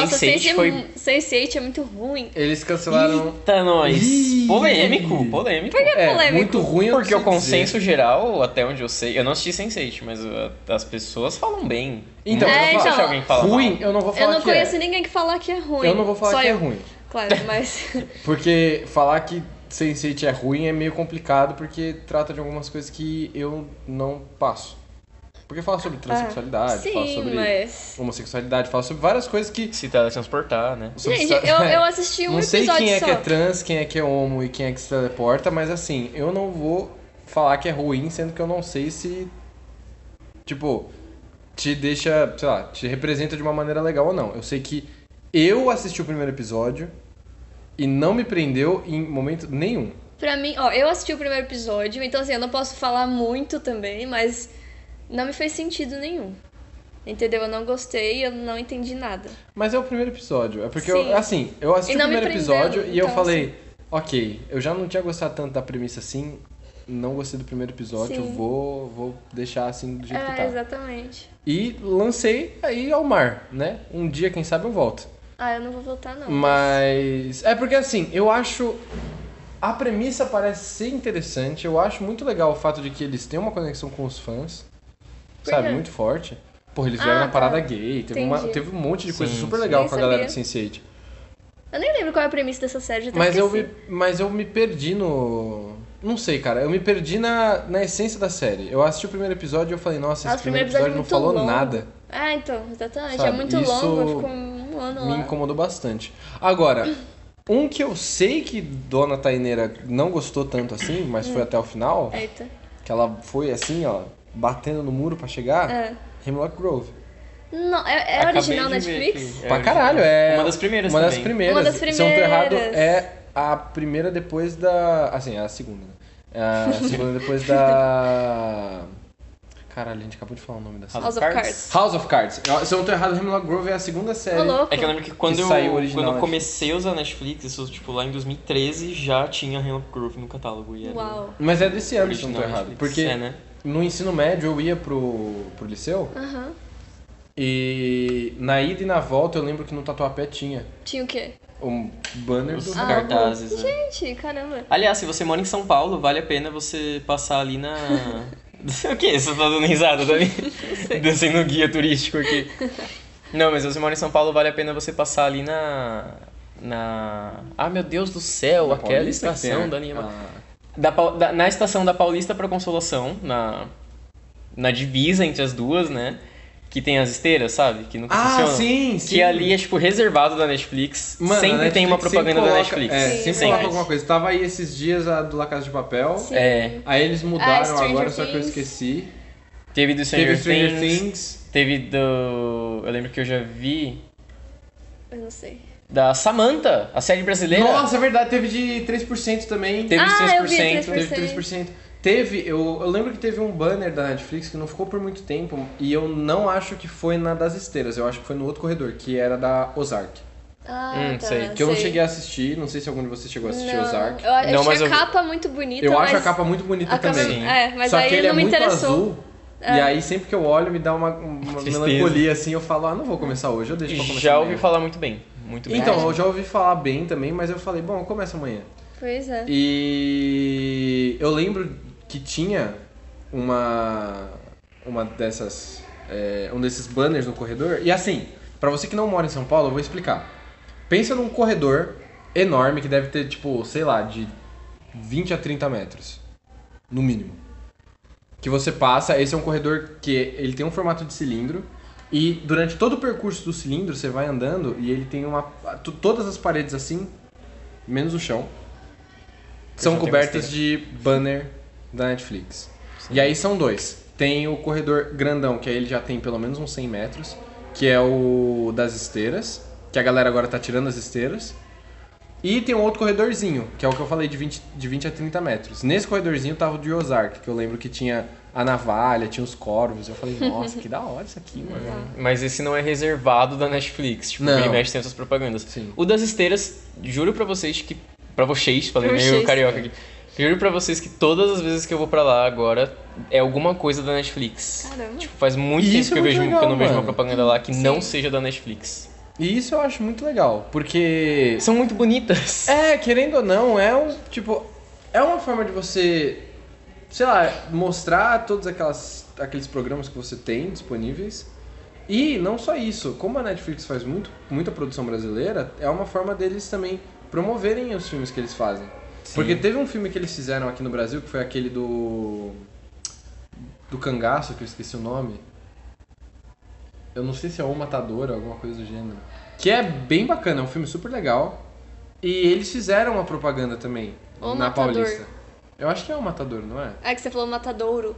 [SPEAKER 1] Nossa,
[SPEAKER 3] Sense8
[SPEAKER 1] Sense8
[SPEAKER 3] foi...
[SPEAKER 1] é, Sense8 é muito ruim.
[SPEAKER 2] Eles cancelaram.
[SPEAKER 3] Eita, nós.
[SPEAKER 2] Ih.
[SPEAKER 3] Polêmico, polêmico.
[SPEAKER 1] é polêmico?
[SPEAKER 2] muito ruim eu
[SPEAKER 3] Porque o
[SPEAKER 2] não sei dizer.
[SPEAKER 3] consenso geral, até onde eu sei, eu não assisti Sense8, mas uh, as pessoas falam bem.
[SPEAKER 2] Então,
[SPEAKER 3] Mas
[SPEAKER 1] É,
[SPEAKER 3] eu não
[SPEAKER 1] então,
[SPEAKER 3] acho alguém que fala
[SPEAKER 2] ruim,
[SPEAKER 3] mal.
[SPEAKER 2] eu não vou falar
[SPEAKER 1] Eu não
[SPEAKER 2] que é.
[SPEAKER 1] conheço ninguém que falar que é ruim.
[SPEAKER 2] Eu não vou falar
[SPEAKER 1] Só
[SPEAKER 2] que
[SPEAKER 1] eu,
[SPEAKER 2] é ruim.
[SPEAKER 1] Claro, mas.
[SPEAKER 2] Porque falar que Sense8 é ruim é meio complicado porque trata de algumas coisas que eu não passo. Porque fala sobre transexualidade, Ah, fala
[SPEAKER 1] Ah, Sim,
[SPEAKER 2] sobre
[SPEAKER 1] mas.
[SPEAKER 2] homossexualidade, fala sobre várias coisas que.
[SPEAKER 3] Se teletransportar, né?
[SPEAKER 2] sobre
[SPEAKER 1] Gente,
[SPEAKER 2] tra-
[SPEAKER 1] eu, eu assisti um
[SPEAKER 2] não sei
[SPEAKER 1] episódio
[SPEAKER 2] quem é
[SPEAKER 1] só.
[SPEAKER 2] que é trans, quem é que é homo e quem é que se teleporta, mas assim, eu não vou falar que é ruim, sendo que eu não sei se. Tipo, te deixa, sei lá, te representa de uma maneira legal ou não. Eu sei que eu assisti o primeiro episódio e não me prendeu em momento nenhum.
[SPEAKER 1] Pra mim, ó, eu assisti o primeiro episódio, então assim, eu não posso falar muito também, mas não me fez sentido nenhum. Entendeu? Eu não gostei, eu não entendi nada.
[SPEAKER 2] Mas é o primeiro episódio. É porque,
[SPEAKER 1] Sim.
[SPEAKER 2] eu, assim, eu assisti
[SPEAKER 1] E
[SPEAKER 2] o
[SPEAKER 1] não me
[SPEAKER 2] primeiro
[SPEAKER 1] prendeu,
[SPEAKER 2] episódio e eu
[SPEAKER 1] então,
[SPEAKER 2] falei, ok, eu já não tinha gostado tanto da premissa assim, não gostei do primeiro episódio, eu
[SPEAKER 1] Sim.
[SPEAKER 2] vou, vou deixar assim do jeito que tá.
[SPEAKER 1] É, exatamente.
[SPEAKER 2] E lancei aí ao mar, né? Um dia, quem sabe, eu volto.
[SPEAKER 1] Ah, eu não vou voltar, não.
[SPEAKER 2] Mas. É porque assim, eu acho. A premissa parece ser interessante. Eu acho muito legal o fato de que eles têm uma conexão com os fãs.
[SPEAKER 1] Por
[SPEAKER 2] sabe?
[SPEAKER 1] quê?
[SPEAKER 2] Muito forte. Porra, eles vieram
[SPEAKER 1] é. Ah, tá.
[SPEAKER 2] na parada gay. Teve, uma-
[SPEAKER 1] Entendi.
[SPEAKER 2] teve um monte de coisa
[SPEAKER 3] Sim,
[SPEAKER 2] super
[SPEAKER 3] sim.
[SPEAKER 2] legal
[SPEAKER 1] Nem
[SPEAKER 2] com a galera do
[SPEAKER 1] sabia.
[SPEAKER 2] Sense8.
[SPEAKER 1] Eu nem lembro qual é a premissa dessa série, já até
[SPEAKER 2] Mas eu, me,
[SPEAKER 1] esqueci.
[SPEAKER 2] mas eu me perdi no. Não sei, cara. Eu me perdi na, na essência da série. Eu assisti o primeiro episódio e eu falei, nossa,
[SPEAKER 1] Nossa,
[SPEAKER 2] esse primeiro episódio não
[SPEAKER 1] é muito
[SPEAKER 2] falou
[SPEAKER 1] longo.
[SPEAKER 2] nada.
[SPEAKER 1] Ah, então, exatamente. é
[SPEAKER 2] Sabe,
[SPEAKER 1] muito
[SPEAKER 2] isso
[SPEAKER 1] longo, ficou um ano
[SPEAKER 2] me
[SPEAKER 1] lá.
[SPEAKER 2] incomodou bastante. Agora, um que eu sei que Dona Taineira não gostou tanto assim, mas
[SPEAKER 1] Hum.
[SPEAKER 2] foi até o final,
[SPEAKER 1] Eita.
[SPEAKER 2] que ela foi assim, ó, batendo no muro pra chegar,
[SPEAKER 1] É.
[SPEAKER 2] Hemlock Grove.
[SPEAKER 1] Não, é, é
[SPEAKER 3] Acabei
[SPEAKER 1] original
[SPEAKER 3] de ver
[SPEAKER 1] Netflix?
[SPEAKER 3] aqui. É
[SPEAKER 2] pra
[SPEAKER 3] original.
[SPEAKER 2] caralho, é...
[SPEAKER 3] Uma das primeiras
[SPEAKER 2] Uma das
[SPEAKER 3] também.
[SPEAKER 2] primeiras.
[SPEAKER 1] Uma das
[SPEAKER 2] Se eu não tô errado,
[SPEAKER 1] primeiras.
[SPEAKER 2] é a primeira depois da... Assim, é a segunda, né? É a segunda depois da... Caralho, a gente acabou de falar o nome da série.
[SPEAKER 1] House of Cards.
[SPEAKER 2] House of Cards. Eu- Se eu não tô errado, Hemlock Grove é a segunda série.
[SPEAKER 1] Ô, louco.
[SPEAKER 3] É que eu lembro que quando,
[SPEAKER 2] Que
[SPEAKER 3] eu,
[SPEAKER 2] saiu original,
[SPEAKER 3] quando eu
[SPEAKER 2] acho.
[SPEAKER 3] comecei a usar Netflix, isso tipo lá em 2013, já tinha Hemlock Grove no catálogo. E era
[SPEAKER 1] Uau.
[SPEAKER 2] Mas é desse ano, se eu não
[SPEAKER 3] original
[SPEAKER 2] tô errado.
[SPEAKER 3] Netflix.
[SPEAKER 2] Porque
[SPEAKER 3] É, né?
[SPEAKER 2] no ensino médio eu ia pro, pro liceu
[SPEAKER 1] Aham.
[SPEAKER 2] e na ida e na volta eu lembro que no Tatuapé tinha
[SPEAKER 1] Tinha o quê?
[SPEAKER 2] um banner
[SPEAKER 3] Os
[SPEAKER 2] do
[SPEAKER 1] Ah,
[SPEAKER 3] cartazes,
[SPEAKER 2] É.
[SPEAKER 3] né?
[SPEAKER 1] Gente, caramba.
[SPEAKER 3] Aliás, se você mora em São Paulo, vale a pena você passar ali na. o que? Você tá dando risada também? Descendo um guia turístico aqui. Não, mas se você mora em São Paulo, vale a pena você passar ali na. Na. Ah, meu Deus do céu,
[SPEAKER 2] Da
[SPEAKER 3] aquela
[SPEAKER 2] Paulista que tem,
[SPEAKER 3] estação
[SPEAKER 2] né?
[SPEAKER 3] da é Anima.
[SPEAKER 2] Ah,
[SPEAKER 3] Da Pau- da- na estação da Paulista pra Consolação, na, na divisa entre as duas, né? Que tem as esteiras, sabe? Que nunca
[SPEAKER 2] Ah,
[SPEAKER 3] funcionam.
[SPEAKER 2] sim, sim.
[SPEAKER 3] Que ali é, tipo, reservado da Netflix.
[SPEAKER 2] Mano, a
[SPEAKER 3] sempre tem
[SPEAKER 2] Netflix
[SPEAKER 3] uma propaganda
[SPEAKER 2] sempre
[SPEAKER 3] da
[SPEAKER 2] coloca-
[SPEAKER 3] Netflix.
[SPEAKER 2] É,
[SPEAKER 1] Sim, é
[SPEAKER 2] sempre coloca um-
[SPEAKER 1] verdade.
[SPEAKER 2] alguma coisa. Tava aí esses dias a do La Casa de Papel.
[SPEAKER 1] Sim.
[SPEAKER 3] É,
[SPEAKER 2] Aí eles
[SPEAKER 1] Ah,
[SPEAKER 2] mudaram
[SPEAKER 1] Stranger
[SPEAKER 2] agora, só que eu
[SPEAKER 1] Things.
[SPEAKER 2] esqueci.
[SPEAKER 3] teve do
[SPEAKER 2] Teve
[SPEAKER 3] Stranger,
[SPEAKER 2] Stranger
[SPEAKER 3] Things,
[SPEAKER 2] Things.
[SPEAKER 3] Teve do. Eu lembro que eu já vi.
[SPEAKER 1] Eu não sei.
[SPEAKER 3] da Samantha, a série brasileira.
[SPEAKER 2] Nossa, é verdade, teve de 3% também.
[SPEAKER 3] Teve
[SPEAKER 1] Ah, eu vi,
[SPEAKER 3] 3%,
[SPEAKER 1] 3%.
[SPEAKER 2] Teve 3%. Teve, eu, eu lembro que teve um banner da Netflix que não ficou por muito tempo e eu não acho que foi na das esteiras, eu acho que foi no outro corredor, que era da Ozark.
[SPEAKER 1] Ah,
[SPEAKER 3] Hum,
[SPEAKER 1] tá,
[SPEAKER 3] sei,
[SPEAKER 2] Que eu não
[SPEAKER 1] sei.
[SPEAKER 2] cheguei a assistir, não sei se algum de vocês chegou a assistir
[SPEAKER 1] não,
[SPEAKER 2] Ozark.
[SPEAKER 1] Eu, eu
[SPEAKER 3] Não,
[SPEAKER 1] achei
[SPEAKER 3] mas
[SPEAKER 1] a
[SPEAKER 3] eu-
[SPEAKER 1] capa muito bonita,
[SPEAKER 2] Eu acho a
[SPEAKER 1] mas
[SPEAKER 2] capa muito bonita
[SPEAKER 1] a capa-
[SPEAKER 2] também.
[SPEAKER 1] é, mas
[SPEAKER 2] Só
[SPEAKER 1] aí
[SPEAKER 2] que ele
[SPEAKER 1] não
[SPEAKER 2] é
[SPEAKER 1] me
[SPEAKER 2] muito
[SPEAKER 1] interessou. É,
[SPEAKER 2] azul. E aí sempre que eu olho me dá uma, uma
[SPEAKER 3] Tristeza.
[SPEAKER 2] melancolia assim, eu falo, ah, não vou começar hoje, eu deixo pra começar
[SPEAKER 3] Já
[SPEAKER 2] amanhã.
[SPEAKER 3] ouvi falar muito bem. Muito bem.
[SPEAKER 2] Então, eu já ouvi falar bem também, mas eu falei, bom, começa amanhã.
[SPEAKER 1] Pois é.
[SPEAKER 2] E eu lembro que tinha uma uma dessas é, um desses banners no corredor. E assim, pra você que não mora em São Paulo, eu vou explicar. Pensa num corredor enorme que deve ter tipo, sei lá, de 20 a 30 metros, no mínimo. Que você passa, esse é um corredor que ele tem um formato de cilindro e durante todo o percurso do cilindro você vai andando e ele tem uma to- todas as paredes assim, menos o chão são
[SPEAKER 3] já tenho
[SPEAKER 2] cobertas de banner da Netflix. E aí são dois. Tem o corredor grandão, que aí ele já tem pelo menos uns 100 metros, que é o das esteiras, que a galera agora tá tirando as esteiras. E tem um outro corredorzinho, que é o que eu falei, de 20, de 20 a 30 metros. Nesse corredorzinho tava o de Ozark, que eu lembro que tinha a navalha, tinha os corvos. Eu falei, nossa, que da hora isso aqui, mano.
[SPEAKER 3] Mas esse não é reservado da Netflix. Tipo,
[SPEAKER 2] Não.
[SPEAKER 3] ele mexe tem essas propagandas.
[SPEAKER 2] Sim.
[SPEAKER 3] O das esteiras, juro pra vocês que. Pra vocês, falei
[SPEAKER 1] Pra
[SPEAKER 3] meio
[SPEAKER 1] vocês.
[SPEAKER 3] carioca aqui. Juro pra vocês que todas as vezes que eu vou pra lá agora é alguma coisa da Netflix.
[SPEAKER 1] Caramba.
[SPEAKER 3] Tipo, faz muito
[SPEAKER 2] E
[SPEAKER 3] tempo
[SPEAKER 2] isso
[SPEAKER 3] que
[SPEAKER 2] é
[SPEAKER 3] eu,
[SPEAKER 2] muito
[SPEAKER 3] vejo, um,
[SPEAKER 2] legal,
[SPEAKER 3] que eu não vejo uma
[SPEAKER 2] mano.
[SPEAKER 3] propaganda lá que
[SPEAKER 1] Sim.
[SPEAKER 3] não seja da Netflix.
[SPEAKER 2] E isso eu acho muito legal, porque
[SPEAKER 3] São muito bonitas.
[SPEAKER 2] É, querendo ou não, é um tipo. É uma forma de você, sei lá, mostrar todos aquelas, aqueles programas que você tem disponíveis. E não só isso, como a Netflix faz muito, muita produção brasileira, é uma forma deles também promoverem os filmes que eles fazem.
[SPEAKER 3] Sim.
[SPEAKER 2] Porque teve um filme que eles fizeram aqui no Brasil, que foi aquele do. Do cangaço, que eu esqueci o nome. Eu não sei se é O Matador ou alguma coisa do gênero. Que é bem bacana, é um filme super legal. E eles fizeram uma propaganda também
[SPEAKER 1] O
[SPEAKER 2] na
[SPEAKER 1] Matador.
[SPEAKER 2] Paulista. Eu acho que é O Matador, não é?
[SPEAKER 1] É que você falou matadouro.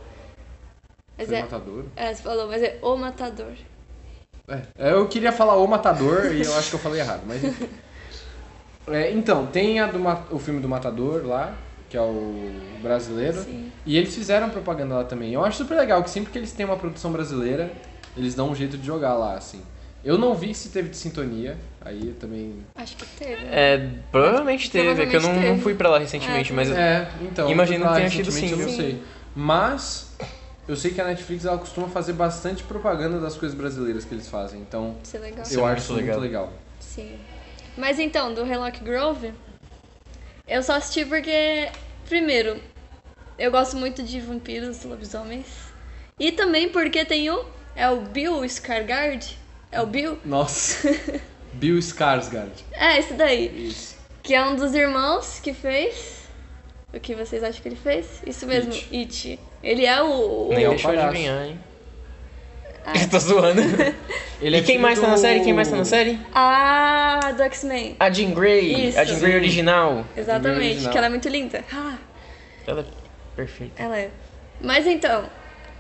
[SPEAKER 1] Mas
[SPEAKER 2] Foi
[SPEAKER 1] é,
[SPEAKER 2] O Matador.
[SPEAKER 1] é, você falou, mas é o matador.
[SPEAKER 2] É, eu queria falar O Matador e eu acho que eu falei errado, mas enfim. É, então, tem a do Ma- o filme do Matador lá, que é o brasileiro.
[SPEAKER 1] Sim.
[SPEAKER 2] E eles fizeram propaganda lá também. Eu acho super legal que sempre que eles têm uma produção brasileira, eles dão um jeito de jogar lá, assim. Eu não vi se teve de sintonia, aí eu também.
[SPEAKER 1] Acho que teve.
[SPEAKER 3] É, provavelmente teve, é que eu não,
[SPEAKER 1] Provavelmente
[SPEAKER 3] não
[SPEAKER 1] teve.
[SPEAKER 3] fui pra lá recentemente,
[SPEAKER 1] É,
[SPEAKER 3] mas
[SPEAKER 2] É, então.
[SPEAKER 3] Imagino
[SPEAKER 2] lá
[SPEAKER 3] que tenha sido
[SPEAKER 2] recentemente,
[SPEAKER 3] sim,
[SPEAKER 2] Eu não
[SPEAKER 1] viu?
[SPEAKER 2] sei. Mas eu sei que a Netflix ela costuma fazer bastante propaganda das coisas brasileiras que eles fazem. Então
[SPEAKER 1] Isso é legal.
[SPEAKER 3] Isso é
[SPEAKER 2] eu
[SPEAKER 3] muito
[SPEAKER 2] acho isso muito
[SPEAKER 3] legal.
[SPEAKER 2] legal.
[SPEAKER 1] Sim. Mas então, do Hemlock Grove, eu só assisti porque, primeiro, eu gosto muito de vampiros, lobisomens. E também porque tem o. É o Bill Skarsgård? É o Bill?
[SPEAKER 2] Nossa. Bill Skarsgård.
[SPEAKER 1] É, esse daí.
[SPEAKER 2] Isso.
[SPEAKER 1] Que é um dos irmãos que fez. O que vocês acham que ele fez? Isso mesmo, It.
[SPEAKER 2] It.
[SPEAKER 1] Ele é o.
[SPEAKER 3] nem
[SPEAKER 2] é o
[SPEAKER 3] deixou de
[SPEAKER 2] palhaço.
[SPEAKER 3] adivinhar, hein?
[SPEAKER 1] Ah.
[SPEAKER 3] Tô zoando.
[SPEAKER 2] Ele é
[SPEAKER 3] e quem
[SPEAKER 2] filho
[SPEAKER 3] mais tá na
[SPEAKER 2] do-
[SPEAKER 3] série? Quem mais tá na série?
[SPEAKER 1] Ah, do X-Men.
[SPEAKER 3] A Jean Grey.
[SPEAKER 1] Isso.
[SPEAKER 3] A Jean Grey original.
[SPEAKER 1] Exatamente,
[SPEAKER 2] original.
[SPEAKER 1] que ela é muito linda. Ah,
[SPEAKER 3] Ela é perfeita.
[SPEAKER 1] Ela é. Mas então,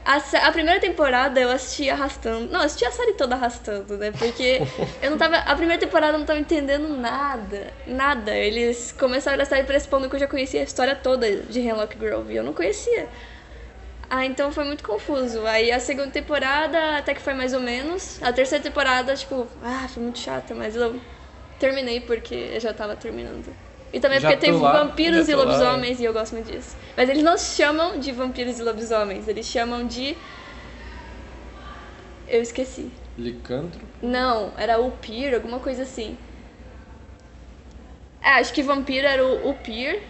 [SPEAKER 1] a, sé- a primeira temporada eu assisti arrastando. Não, eu assisti a série toda arrastando, né? Porque eu não tava. A primeira temporada eu não tava entendendo nada. Nada. Eles começaram a série pressupondo que eu já conhecia a história toda de Hemlock Grove. E eu não conhecia. Ah, então foi muito confuso. Aí a segunda temporada até que foi mais ou menos. A terceira temporada, tipo, ah, foi muito chata, mas eu terminei porque eu já tava terminando. E também
[SPEAKER 2] Já
[SPEAKER 1] porque
[SPEAKER 2] tô
[SPEAKER 1] teve
[SPEAKER 2] lá,
[SPEAKER 1] vampiros
[SPEAKER 3] já
[SPEAKER 1] e
[SPEAKER 3] tô lá, é.
[SPEAKER 1] lobisomens e eu gosto muito disso. Mas eles não chamam de vampiros e lobisomens, eles chamam de. Eu esqueci.
[SPEAKER 2] Licantro.
[SPEAKER 1] Não, era o Upir, alguma coisa assim. É, acho que vampiro era o Upir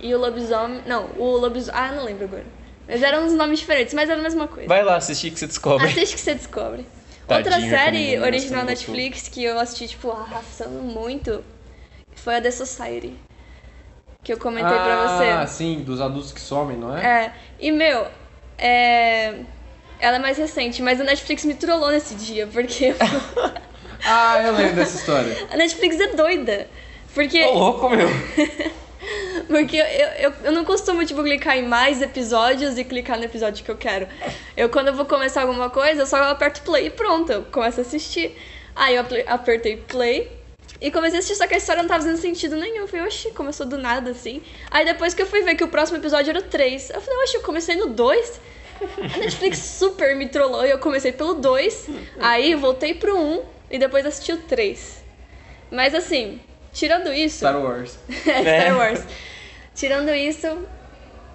[SPEAKER 1] e o lobisomem. Não, o lobisomem. Ah, não lembro agora. Mas eram uns nomes diferentes, mas era a mesma coisa.
[SPEAKER 3] Vai lá assistir que você descobre.
[SPEAKER 1] Assiste que você descobre.
[SPEAKER 3] Tadinho,
[SPEAKER 1] Outra
[SPEAKER 3] eu
[SPEAKER 1] série
[SPEAKER 3] também não
[SPEAKER 1] original
[SPEAKER 3] gostei, não
[SPEAKER 1] Netflix que eu assisti, tipo, arrastando muito foi a The Society. Que eu comentei
[SPEAKER 2] Ah,
[SPEAKER 1] pra você.
[SPEAKER 2] sim, dos adultos que somem, não é?
[SPEAKER 1] É. E, meu, é. Ela é mais recente, mas a Netflix me trollou nesse dia, porque
[SPEAKER 2] Ah, eu lembro dessa história.
[SPEAKER 1] a Netflix é doida. Porque,
[SPEAKER 3] Ô, louco, meu.
[SPEAKER 1] porque eu, eu, eu não costumo, tipo, clicar em mais episódios e clicar no episódio que eu quero. Eu, quando eu vou começar alguma coisa, eu só aperto play e pronto, eu começo a assistir. Aí eu apl- apertei play E comecei a assistir, só que a história não tava fazendo sentido nenhum. Eu falei, oxi, começou do nada, assim. Aí depois que eu fui ver que o próximo episódio era o 3, eu falei, oxi, eu comecei no 2? A Netflix super me trollou e eu comecei pelo 2, aí voltei pro 1 um, e depois assisti o 3. Mas assim, tirando isso...
[SPEAKER 3] Star Wars.
[SPEAKER 1] é, Star Wars. Tirando isso,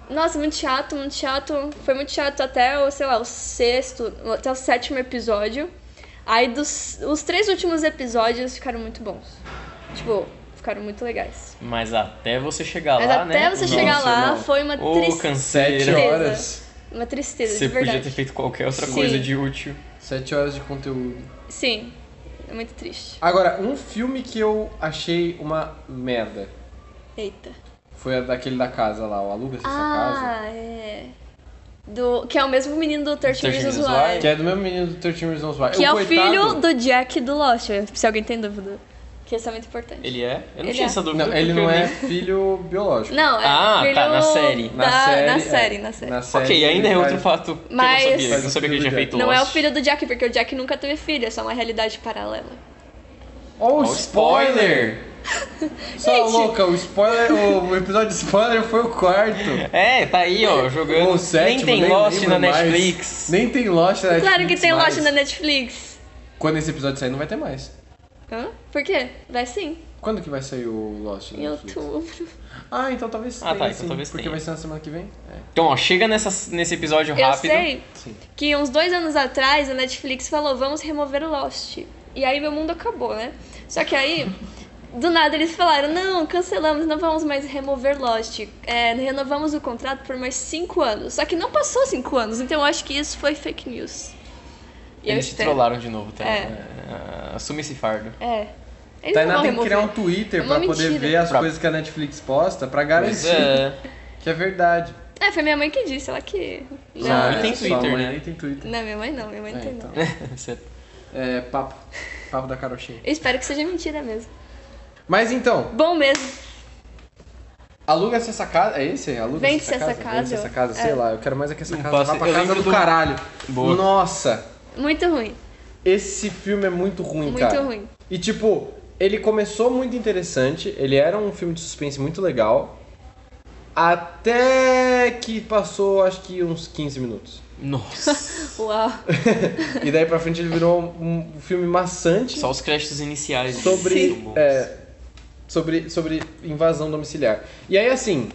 [SPEAKER 1] nossa, muito chato, muito chato. Foi muito chato até, o, sei lá, o sexto, até o sétimo episódio. Aí dos, os três últimos episódios ficaram muito bons. Tipo, ficaram muito legais.
[SPEAKER 3] Mas até você chegar
[SPEAKER 1] Mas
[SPEAKER 3] lá, né?
[SPEAKER 1] até você chegar lá
[SPEAKER 2] irmão.
[SPEAKER 1] foi uma
[SPEAKER 3] Ô,
[SPEAKER 1] tristeza.
[SPEAKER 3] canseira.
[SPEAKER 2] Sete horas.
[SPEAKER 1] Uma tristeza,
[SPEAKER 3] Você
[SPEAKER 1] de verdade.
[SPEAKER 3] podia ter feito qualquer outra
[SPEAKER 1] Sim.
[SPEAKER 3] coisa de útil.
[SPEAKER 2] Sete horas de conteúdo.
[SPEAKER 1] Sim, é muito triste.
[SPEAKER 2] Agora, um filme que eu achei uma merda
[SPEAKER 1] Eita.
[SPEAKER 2] foi a daquele da casa lá, o Aluga-se essa casa.
[SPEAKER 1] Ah, é. Do, que é o mesmo menino do 13
[SPEAKER 3] 13
[SPEAKER 1] Reasons
[SPEAKER 3] Reasons Why.
[SPEAKER 1] Why.
[SPEAKER 2] Que é do mesmo menino do 13 Reasons Why.
[SPEAKER 1] Que é o
[SPEAKER 2] um coitado-
[SPEAKER 1] filho do Jack do Lost, se alguém tem dúvida. Que isso é muito importante.
[SPEAKER 3] Ele é? Eu não
[SPEAKER 1] Ele é.
[SPEAKER 3] tinha essa dúvida.
[SPEAKER 2] Não, ele
[SPEAKER 3] porque
[SPEAKER 2] não
[SPEAKER 3] eu
[SPEAKER 2] é
[SPEAKER 3] nem-
[SPEAKER 2] filho biológico.
[SPEAKER 1] Não, é
[SPEAKER 3] Ah,
[SPEAKER 1] filho
[SPEAKER 3] tá, na série.
[SPEAKER 1] da-
[SPEAKER 2] Na
[SPEAKER 1] na
[SPEAKER 2] série,
[SPEAKER 1] série,
[SPEAKER 2] é.
[SPEAKER 1] na série.
[SPEAKER 2] Na série
[SPEAKER 3] Ok, ainda é outro
[SPEAKER 2] fato.
[SPEAKER 3] fato que
[SPEAKER 1] Mas-
[SPEAKER 3] eu não sabia. Eu não
[SPEAKER 2] Mas
[SPEAKER 3] sabia que ele tinha feito
[SPEAKER 1] Não é o
[SPEAKER 3] Lost.
[SPEAKER 1] filho do Jack, porque o Jack nunca teve filho, é só uma realidade paralela.
[SPEAKER 2] Ó o
[SPEAKER 3] Ó o spoiler!
[SPEAKER 2] spoiler! Só
[SPEAKER 1] Gente.
[SPEAKER 2] louca, o spoiler, o episódio de spoiler foi o quarto.
[SPEAKER 3] É, tá aí, ó, jogando.
[SPEAKER 2] Ou o sétimo,
[SPEAKER 3] nem tem Lost
[SPEAKER 2] lembro
[SPEAKER 3] na
[SPEAKER 2] mais.
[SPEAKER 3] Netflix.
[SPEAKER 2] Nem tem Lost na Netflix.
[SPEAKER 1] Claro que tem
[SPEAKER 2] mais.
[SPEAKER 1] Lost na Netflix.
[SPEAKER 2] Quando esse episódio sair, não vai ter mais.
[SPEAKER 1] Hã? Por quê? Vai sim,
[SPEAKER 2] Quando que vai sair o Lost na
[SPEAKER 1] em
[SPEAKER 2] Netflix?
[SPEAKER 1] outubro.
[SPEAKER 2] Ah, então talvez
[SPEAKER 3] Ah,
[SPEAKER 2] tenha,
[SPEAKER 3] tá, então
[SPEAKER 2] sim,
[SPEAKER 3] talvez
[SPEAKER 2] Porque
[SPEAKER 3] tenha.
[SPEAKER 2] vai ser na semana que vem? É,
[SPEAKER 3] Então, ó, chega nessa, nesse episódio
[SPEAKER 1] Eu
[SPEAKER 3] rápido.
[SPEAKER 1] sei
[SPEAKER 2] sim.
[SPEAKER 1] que uns dois anos atrás a Netflix falou, vamos remover o Lost. E aí meu mundo acabou, né? Só que aí, do nada eles falaram, não, cancelamos, não vamos mais remover Lost. É, renovamos o contrato por mais cinco anos. Só que não passou cinco anos, então eu acho que isso foi fake news. E eu
[SPEAKER 3] Eles te
[SPEAKER 1] espero.
[SPEAKER 3] trollaram de novo, tá?
[SPEAKER 1] É.
[SPEAKER 3] Ah, assume esse fardo.
[SPEAKER 1] É. Eles não
[SPEAKER 2] Tainá
[SPEAKER 1] vão
[SPEAKER 2] tem que
[SPEAKER 1] remover.
[SPEAKER 2] criar um Twitter
[SPEAKER 1] É
[SPEAKER 2] pra
[SPEAKER 1] uma
[SPEAKER 2] poder
[SPEAKER 1] mentira.
[SPEAKER 2] ver as
[SPEAKER 3] Pra-
[SPEAKER 2] coisas que a Netflix posta pra
[SPEAKER 3] Mas
[SPEAKER 2] garantir
[SPEAKER 3] é.
[SPEAKER 2] que é verdade.
[SPEAKER 1] É, foi minha mãe que disse, ela que.
[SPEAKER 3] Sua mãe
[SPEAKER 1] Não,
[SPEAKER 3] tem
[SPEAKER 2] sua
[SPEAKER 3] Twitter,
[SPEAKER 2] mãe
[SPEAKER 3] né?
[SPEAKER 2] nem tem Twitter.
[SPEAKER 1] não, minha mãe não, minha mãe não
[SPEAKER 2] Ah, É,
[SPEAKER 1] tem
[SPEAKER 2] então.
[SPEAKER 1] não.
[SPEAKER 3] Você-
[SPEAKER 2] É, papo. Papo da carochinha.
[SPEAKER 1] Eu espero que seja mentira mesmo.
[SPEAKER 2] Mas então,
[SPEAKER 1] Bom mesmo.
[SPEAKER 2] aluga-se essa casa. É esse? Aluga-se
[SPEAKER 1] Vende-se
[SPEAKER 2] essa
[SPEAKER 1] essa
[SPEAKER 2] casa?
[SPEAKER 1] casa,
[SPEAKER 2] Vende-se essa casa,
[SPEAKER 1] é.
[SPEAKER 2] sei lá. Eu quero mais é que essa
[SPEAKER 3] Não
[SPEAKER 2] casa
[SPEAKER 3] passa-
[SPEAKER 2] vá pra
[SPEAKER 3] eu
[SPEAKER 2] casa
[SPEAKER 3] lembro
[SPEAKER 2] do
[SPEAKER 3] do-
[SPEAKER 2] caralho.
[SPEAKER 3] Boa.
[SPEAKER 2] Nossa,
[SPEAKER 1] Muito ruim.
[SPEAKER 2] esse filme é muito ruim,
[SPEAKER 1] Muito
[SPEAKER 2] cara.
[SPEAKER 1] ruim.
[SPEAKER 2] E tipo, ele começou muito interessante, ele era um filme de suspense muito legal. Até que passou, acho que uns 15 minutos.
[SPEAKER 3] Nossa.
[SPEAKER 1] Uau.
[SPEAKER 2] E daí pra frente ele virou um um filme maçante
[SPEAKER 3] Só os créditos iniciais. né? Muito
[SPEAKER 2] sobre,
[SPEAKER 3] bons.
[SPEAKER 2] é, sobre, sobre invasão domiciliar. E aí, assim,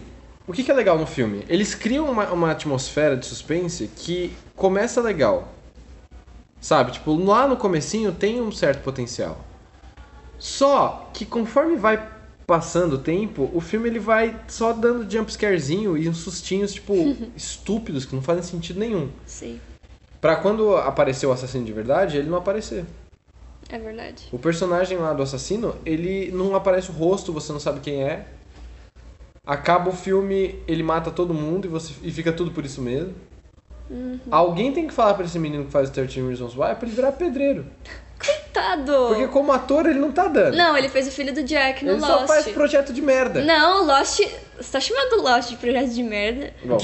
[SPEAKER 2] o que, que é legal no filme? Eles criam uma, uma atmosfera de suspense que começa legal. Sabe? Tipo, lá no comecinho tem um certo potencial. Só que conforme vai passando o tempo, o filme ele vai só dando jumpscarezinho e uns sustinhos, tipo, estúpidos que não fazem sentido nenhum.
[SPEAKER 1] Sim,
[SPEAKER 2] Pra quando aparecer o assassino de verdade, ele não aparecer.
[SPEAKER 1] é verdade.
[SPEAKER 2] O personagem lá do assassino, ele não aparece o rosto, você não sabe quem é. Acaba o filme, ele mata todo mundo e, você, e fica tudo por isso mesmo.
[SPEAKER 1] Uhum.
[SPEAKER 2] Alguém tem que falar pra esse menino que faz o 13 Reasons Why pra ele virar pedreiro.
[SPEAKER 1] Coitado!
[SPEAKER 2] Porque como ator ele não tá dando.
[SPEAKER 1] Não, ele fez o filho do Jack no
[SPEAKER 2] ele
[SPEAKER 1] Lost.
[SPEAKER 2] só faz projeto de merda.
[SPEAKER 1] Não, Lost. Você tá chamando Lost de projeto de merda?
[SPEAKER 2] Bom,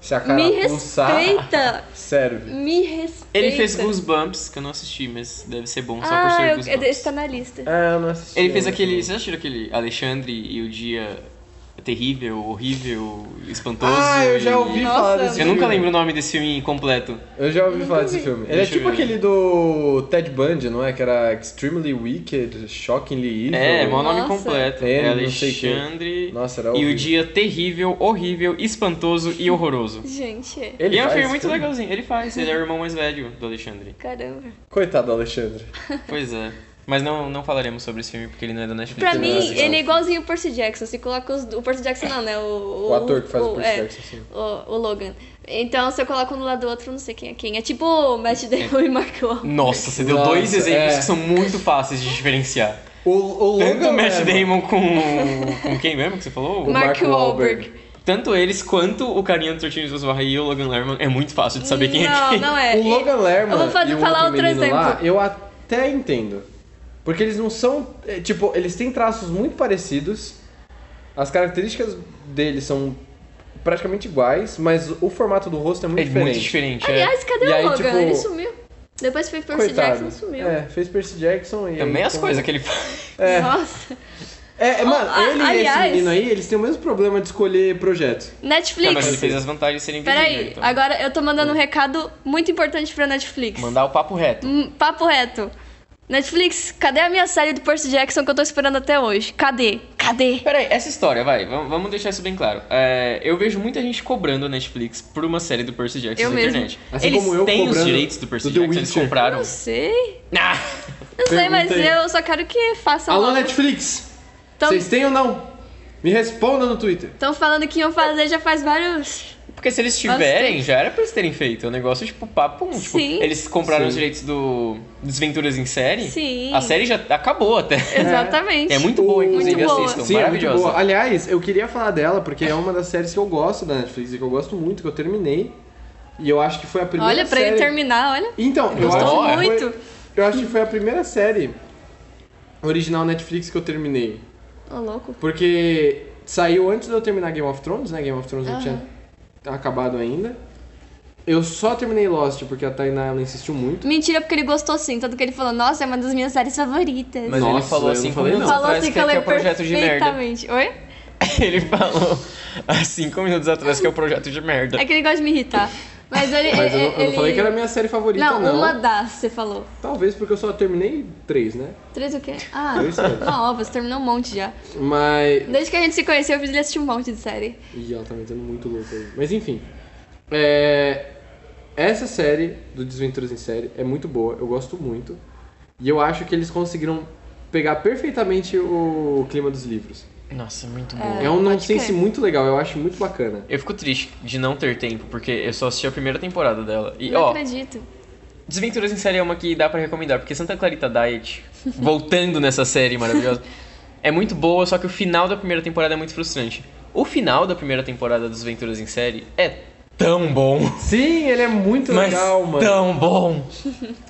[SPEAKER 2] se a cara
[SPEAKER 1] me
[SPEAKER 2] pulsar,
[SPEAKER 1] respeita!
[SPEAKER 2] sério. velho.
[SPEAKER 1] Me respeita.
[SPEAKER 3] Ele fez Goosebumps, que eu não assisti, mas deve ser bom só por
[SPEAKER 1] Ah,
[SPEAKER 3] ser
[SPEAKER 1] eu,
[SPEAKER 3] Goosebumps.
[SPEAKER 1] esse tá na lista.
[SPEAKER 2] Ah, eu não assisti.
[SPEAKER 3] Ele fez
[SPEAKER 2] ainda
[SPEAKER 3] aquele.
[SPEAKER 2] também.
[SPEAKER 3] Vocês assistiram aquele Alexandre e o dia terrível, horrível, espantoso?
[SPEAKER 2] Ah, eu já
[SPEAKER 3] e-
[SPEAKER 2] ouvi
[SPEAKER 1] Nossa,
[SPEAKER 2] falar desse
[SPEAKER 3] Eu
[SPEAKER 2] filme.
[SPEAKER 3] nunca lembro o nome desse filme completo.
[SPEAKER 2] Eu já ouvi
[SPEAKER 1] Nunca
[SPEAKER 2] falar desse
[SPEAKER 1] vi.
[SPEAKER 2] filme. Ele
[SPEAKER 3] Deixa
[SPEAKER 2] é
[SPEAKER 3] eu
[SPEAKER 2] tipo
[SPEAKER 3] ver.
[SPEAKER 2] aquele do Ted Bundy, não é? Que era Extremely Wicked, Shockingly Evil.
[SPEAKER 3] É, mó nome
[SPEAKER 1] Nossa.
[SPEAKER 3] completo.
[SPEAKER 2] É,
[SPEAKER 3] É,
[SPEAKER 2] não sei o quê.
[SPEAKER 3] Alexandre
[SPEAKER 2] Nossa, era
[SPEAKER 3] e
[SPEAKER 2] horrível.
[SPEAKER 3] o dia terrível, horrível, espantoso e horroroso.
[SPEAKER 1] Gente,
[SPEAKER 2] Ele
[SPEAKER 3] e é um
[SPEAKER 2] faz
[SPEAKER 3] filme muito
[SPEAKER 2] filme?
[SPEAKER 3] legalzinho. Ele faz, ele é o irmão mais velho do Alexandre.
[SPEAKER 1] caramba.
[SPEAKER 2] Coitado do Alexandre.
[SPEAKER 3] Pois é. Mas não, não falaremos sobre esse filme porque ele não é da Netflix.
[SPEAKER 1] Pra
[SPEAKER 2] Ele
[SPEAKER 1] mim,
[SPEAKER 2] não é legal.
[SPEAKER 1] ele é igualzinho o Percy Jackson. Se coloca os, o Percy Jackson, não, né? O, o,
[SPEAKER 2] O ator que faz o Percy
[SPEAKER 1] é,
[SPEAKER 2] Jackson, sim.
[SPEAKER 1] O, o Logan. Então, se eu coloco um do lado do outro, eu não sei quem é quem. É tipo o Matt Damon e Mark Wahlberg.
[SPEAKER 3] Nossa, você deu
[SPEAKER 2] Nossa,
[SPEAKER 3] dois exemplos
[SPEAKER 2] é.
[SPEAKER 3] que são muito fáceis de diferenciar.
[SPEAKER 2] O, o Logan,
[SPEAKER 3] Tanto o Matt
[SPEAKER 2] né,
[SPEAKER 3] Damon com. com quem mesmo que você falou?
[SPEAKER 2] Ma-
[SPEAKER 1] Mark
[SPEAKER 2] Mark Wahlberg.
[SPEAKER 1] Wahlberg.
[SPEAKER 3] Tanto eles quanto o carinha do Tortinho dos Barra e o Logan Lerman é muito fácil de saber quem é
[SPEAKER 1] não,
[SPEAKER 3] quem.
[SPEAKER 1] não é.
[SPEAKER 2] O Logan Lerman
[SPEAKER 1] Eu vou fazer,
[SPEAKER 2] e o
[SPEAKER 1] falar
[SPEAKER 2] outro
[SPEAKER 1] outro
[SPEAKER 2] menino
[SPEAKER 1] exemplo.
[SPEAKER 2] lá, eu até entendo. Porque eles não são... é, Tipo, eles têm traços muito parecidos. As características deles são praticamente iguais, mas o formato do rosto é muito
[SPEAKER 3] É
[SPEAKER 2] diferente.
[SPEAKER 3] muito diferente, é.
[SPEAKER 1] Aliás, cadê
[SPEAKER 2] E
[SPEAKER 1] o
[SPEAKER 2] aí,
[SPEAKER 1] Logan?
[SPEAKER 2] tipo,
[SPEAKER 1] Ele sumiu. Depois que fez Percy
[SPEAKER 2] Coitado.
[SPEAKER 1] Jackson, sumiu.
[SPEAKER 2] É, fez Percy Jackson e aí,
[SPEAKER 3] Também as
[SPEAKER 2] como-
[SPEAKER 3] coisas que ele faz.
[SPEAKER 4] É.
[SPEAKER 1] Nossa.
[SPEAKER 2] É, é, mano,
[SPEAKER 1] Ah,
[SPEAKER 2] ele e esse
[SPEAKER 1] aliás-
[SPEAKER 2] menino aí, eles têm o mesmo problema de escolher projeto.
[SPEAKER 3] Tá, mas ele
[SPEAKER 1] Netflix.
[SPEAKER 3] fez as vantagens de ser invisível,
[SPEAKER 1] Peraí,
[SPEAKER 3] então.
[SPEAKER 1] agora eu tô mandando
[SPEAKER 2] É.
[SPEAKER 1] um recado muito importante pra Netflix.
[SPEAKER 3] Mandar o papo reto.
[SPEAKER 1] Hum, Papo reto. Netflix, cadê a minha série do Percy Jackson que eu tô esperando até hoje? Cadê? Cadê?
[SPEAKER 3] Peraí, essa história, vai, vam- vamos deixar isso bem claro. É, eu vejo muita gente cobrando a Netflix por uma série do Percy Jackson
[SPEAKER 1] Eu
[SPEAKER 3] na
[SPEAKER 1] mesmo.
[SPEAKER 3] internet.
[SPEAKER 2] Assim
[SPEAKER 3] eles
[SPEAKER 2] como eu
[SPEAKER 3] têm os
[SPEAKER 2] cobrando
[SPEAKER 3] direitos do Percy
[SPEAKER 2] do The
[SPEAKER 3] Jackson, eles
[SPEAKER 2] Witcher.
[SPEAKER 3] compraram.
[SPEAKER 1] Não sei.
[SPEAKER 3] Ah,
[SPEAKER 1] Não sei, mas
[SPEAKER 2] Pergunta aí.
[SPEAKER 1] eu só quero que façam
[SPEAKER 2] Alô,
[SPEAKER 1] logo.
[SPEAKER 2] Netflix!
[SPEAKER 1] Tão-
[SPEAKER 2] Vocês têm ou não? Me responda no Twitter.
[SPEAKER 1] Estão falando que iam fazer já faz vários.
[SPEAKER 3] porque se eles tiverem,
[SPEAKER 1] Bastante.
[SPEAKER 3] já era pra eles terem feito. É um negócio tipo papo. Tipo,
[SPEAKER 1] Sim.
[SPEAKER 3] Eles compraram
[SPEAKER 2] Sim.
[SPEAKER 3] os direitos do Desventuras em série.
[SPEAKER 1] Sim.
[SPEAKER 3] A série já acabou até.
[SPEAKER 1] Exatamente.
[SPEAKER 3] É muito boa,
[SPEAKER 2] Muito
[SPEAKER 3] inclusive,
[SPEAKER 1] boa.
[SPEAKER 3] assistam.
[SPEAKER 2] Sim, é muito
[SPEAKER 3] Maravilhosa.
[SPEAKER 2] boa. Aliás, eu queria falar dela porque é uma das séries que eu gosto da Netflix e que eu gosto muito, que eu terminei. E eu acho que foi a primeira
[SPEAKER 1] Olha, pra
[SPEAKER 2] série...
[SPEAKER 1] ele terminar, olha.
[SPEAKER 2] Então, eu acho,
[SPEAKER 3] Gostou
[SPEAKER 2] que foi-
[SPEAKER 1] muito?
[SPEAKER 2] eu acho que foi a primeira série original Netflix que eu terminei.
[SPEAKER 1] Ô, louco.
[SPEAKER 2] Porque saiu antes de eu terminar Game of Thrones, né? Game of Thrones não
[SPEAKER 1] Aham.
[SPEAKER 2] tinha acabado ainda. Eu só terminei Lost porque a Tainá ela insistiu muito.
[SPEAKER 1] Mentira, porque ele gostou sim. Tanto que ele falou, nossa, é uma das minhas séries favoritas.
[SPEAKER 3] Mas ele
[SPEAKER 2] Nossa,
[SPEAKER 3] falou
[SPEAKER 2] eu
[SPEAKER 3] assim
[SPEAKER 2] não
[SPEAKER 3] como
[SPEAKER 2] falei não.
[SPEAKER 1] falou
[SPEAKER 3] atrás
[SPEAKER 1] assim
[SPEAKER 3] que,
[SPEAKER 1] que ela
[SPEAKER 3] é
[SPEAKER 1] é
[SPEAKER 3] o projeto de merda.
[SPEAKER 1] perfeitamente. Oi?
[SPEAKER 3] Ele falou há cinco minutos atrás que é o projeto de merda.
[SPEAKER 1] É que ele gosta de me irritar. Mas ele.
[SPEAKER 2] Mas eu, não- eu não
[SPEAKER 1] É, ele-
[SPEAKER 2] falei que era a minha série favorita, não.
[SPEAKER 1] Não, uma das, você falou.
[SPEAKER 2] Talvez porque eu só terminei três, né?
[SPEAKER 1] Três o quê? Ah,
[SPEAKER 2] Três séries.
[SPEAKER 1] uma ova, você terminou um monte já.
[SPEAKER 2] Mas.
[SPEAKER 1] Desde que a gente se conheceu, eu fiz ele assistir um monte de série.
[SPEAKER 2] Ih, ela tá me dando muito louco aí. Mas enfim. É, Essa série do Desventuras em Série é muito boa, eu gosto muito. E eu acho que eles conseguiram pegar perfeitamente o clima dos livros.
[SPEAKER 3] Nossa, muito boa.
[SPEAKER 2] É um
[SPEAKER 1] pode
[SPEAKER 2] nonsense
[SPEAKER 1] crer.
[SPEAKER 2] muito legal, eu acho muito bacana.
[SPEAKER 3] Eu fico triste de não ter tempo, porque eu só assisti a primeira temporada dela. E,
[SPEAKER 1] Não
[SPEAKER 3] ó,
[SPEAKER 1] acredito.
[SPEAKER 3] Desventuras em Série é uma que dá pra recomendar, porque Santa Clarita Diet, voltando nessa série maravilhosa, é muito boa, só que o final da primeira temporada é muito frustrante. O final da primeira temporada dos Venturas em Série é tão bom,
[SPEAKER 2] Sim, ele é muito
[SPEAKER 3] mas
[SPEAKER 2] legal, mano.
[SPEAKER 3] tão bom.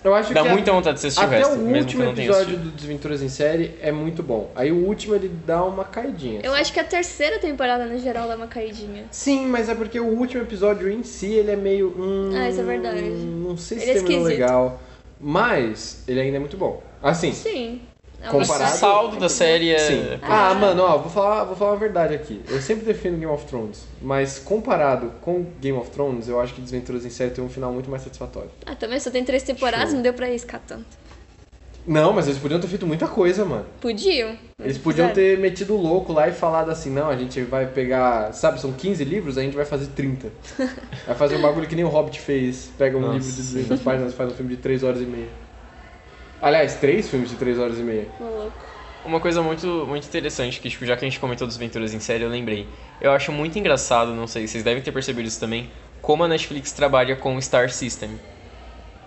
[SPEAKER 2] Eu acho
[SPEAKER 3] Dá
[SPEAKER 2] que a-
[SPEAKER 3] muita vontade de você assistir é o
[SPEAKER 2] até
[SPEAKER 3] resto,
[SPEAKER 2] o
[SPEAKER 3] mesmo que
[SPEAKER 2] último
[SPEAKER 3] eu não tenha assistido.
[SPEAKER 2] episódio do Desventuras em Série é muito bom. Aí o último ele dá uma caidinha.
[SPEAKER 1] Eu acho que a terceira temporada, no geral, dá uma caidinha.
[SPEAKER 2] Sim, mas é porque o último episódio em si, ele é meio. Hum,
[SPEAKER 1] Ah, isso é verdade.
[SPEAKER 2] Não sei se
[SPEAKER 1] Ele é
[SPEAKER 2] terminou
[SPEAKER 1] esquisito.
[SPEAKER 2] legal. Mas ele ainda é muito bom. Assim.
[SPEAKER 1] Sim. É uma
[SPEAKER 3] Mas
[SPEAKER 2] Comparado-
[SPEAKER 3] o saldo da série é...
[SPEAKER 2] Sim. Ah, mano, ó, vou falar, vou falar a verdade aqui. Eu sempre defendo Game of Thrones, mas comparado com Game of Thrones, eu acho que Desventuras em Série tem um final muito mais satisfatório.
[SPEAKER 1] Ah, também só tem três temporadas,
[SPEAKER 2] Show.
[SPEAKER 1] não deu pra escar tanto.
[SPEAKER 2] Não, mas eles podiam ter feito muita coisa, mano.
[SPEAKER 1] Podiam. mas
[SPEAKER 2] Eles podiam
[SPEAKER 1] fizeram.
[SPEAKER 2] ter metido o louco lá e falado assim: não, a gente vai pegar, sabe, são 15 livros, a gente vai fazer 30. Vai fazer um bagulho que nem o Hobbit fez: pega um
[SPEAKER 3] Nossa.
[SPEAKER 2] livro de 200 páginas e faz um filme de 3 horas e meia. Aliás, três filmes de 3 horas e meia.
[SPEAKER 1] Ô, louco.
[SPEAKER 3] Uma coisa muito, muito interessante, que tipo, já que a gente comentou dos Venturas em série, eu lembrei. Eu acho muito engraçado, não sei, vocês devem ter percebido isso também, como a Netflix trabalha com o Star System.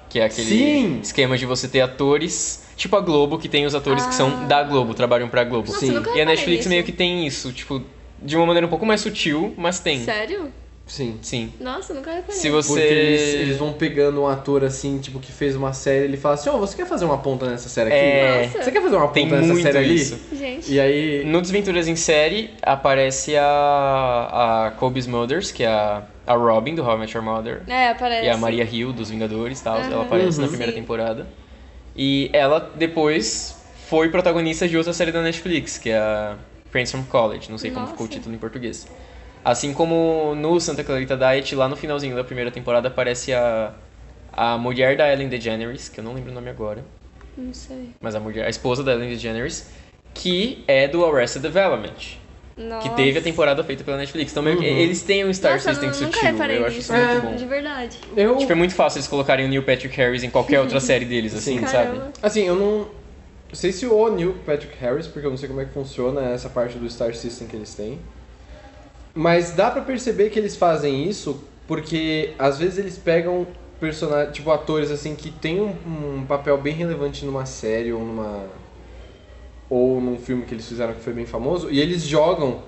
[SPEAKER 3] Que é aquele
[SPEAKER 2] Sim!
[SPEAKER 3] esquema de você ter atores, tipo a Globo, que tem os atores que são da Globo, trabalham pra Globo.
[SPEAKER 1] Ah. Nossa,
[SPEAKER 2] Sim.
[SPEAKER 1] eu nunca
[SPEAKER 3] E a
[SPEAKER 1] reparei
[SPEAKER 3] Netflix
[SPEAKER 1] nisso.
[SPEAKER 3] meio que tem isso, tipo, de uma maneira um pouco mais sutil, mas tem.
[SPEAKER 1] Sério?
[SPEAKER 2] Sim.
[SPEAKER 3] Sim.
[SPEAKER 1] Nossa, eu nunca reparei.
[SPEAKER 3] Se
[SPEAKER 2] Porque
[SPEAKER 3] você.
[SPEAKER 2] eles, eles vão pegando um ator assim, tipo, que fez uma série, ele fala assim: Ô, você quer fazer uma ponta nessa série aqui?
[SPEAKER 3] É.
[SPEAKER 1] Nossa.
[SPEAKER 2] Você quer fazer uma ponta
[SPEAKER 3] Tem
[SPEAKER 2] nessa
[SPEAKER 3] muito
[SPEAKER 2] série
[SPEAKER 3] isso.
[SPEAKER 2] ali?
[SPEAKER 1] Gente.
[SPEAKER 2] E aí.
[SPEAKER 3] No Desventuras em Série aparece a, a Kobe Smulders, que é a, a Robin do How I Met Your Mother.
[SPEAKER 1] É, aparece.
[SPEAKER 3] E a Maria Hill dos Vingadores, tal,
[SPEAKER 1] Aham.
[SPEAKER 3] ela aparece na
[SPEAKER 2] Uhum.
[SPEAKER 3] primeira
[SPEAKER 1] Sim.
[SPEAKER 3] temporada. E ela depois foi protagonista de outra série da Netflix, que é a Friends from College, não sei como
[SPEAKER 1] Nossa.
[SPEAKER 3] ficou o título em português. Assim como no Santa Clarita Diet, lá no finalzinho da primeira temporada aparece a a mulher da Ellen DeGeneres, que eu não lembro o nome agora,
[SPEAKER 1] Não sei.
[SPEAKER 3] mas a mulher, a esposa da Ellen DeGeneres, que é do Arrested Development,
[SPEAKER 1] Nossa.
[SPEAKER 3] que teve a temporada feita pela Netflix. Então meio que
[SPEAKER 2] Uhum.
[SPEAKER 3] eles têm um Star
[SPEAKER 1] Nossa, eu
[SPEAKER 3] System
[SPEAKER 1] nu- nunca
[SPEAKER 3] sutil,
[SPEAKER 1] reparei
[SPEAKER 3] eu acho
[SPEAKER 1] nisso. é,
[SPEAKER 3] isso muito bom.
[SPEAKER 1] De verdade.
[SPEAKER 2] Eu.
[SPEAKER 3] Tipo, é muito fácil eles colocarem o Neil Patrick Harris em qualquer outra série deles, assim,
[SPEAKER 2] Sim.
[SPEAKER 3] sabe?
[SPEAKER 1] Caramba.
[SPEAKER 2] Assim, eu não não sei se o Neil Patrick Harris, porque eu não sei como é que funciona essa parte do Star System que eles têm. Mas dá pra perceber que eles fazem isso porque às vezes eles pegam personagens, tipo atores assim que tem um, um papel bem relevante numa série ou numa ou num filme que eles fizeram que foi bem famoso e eles jogam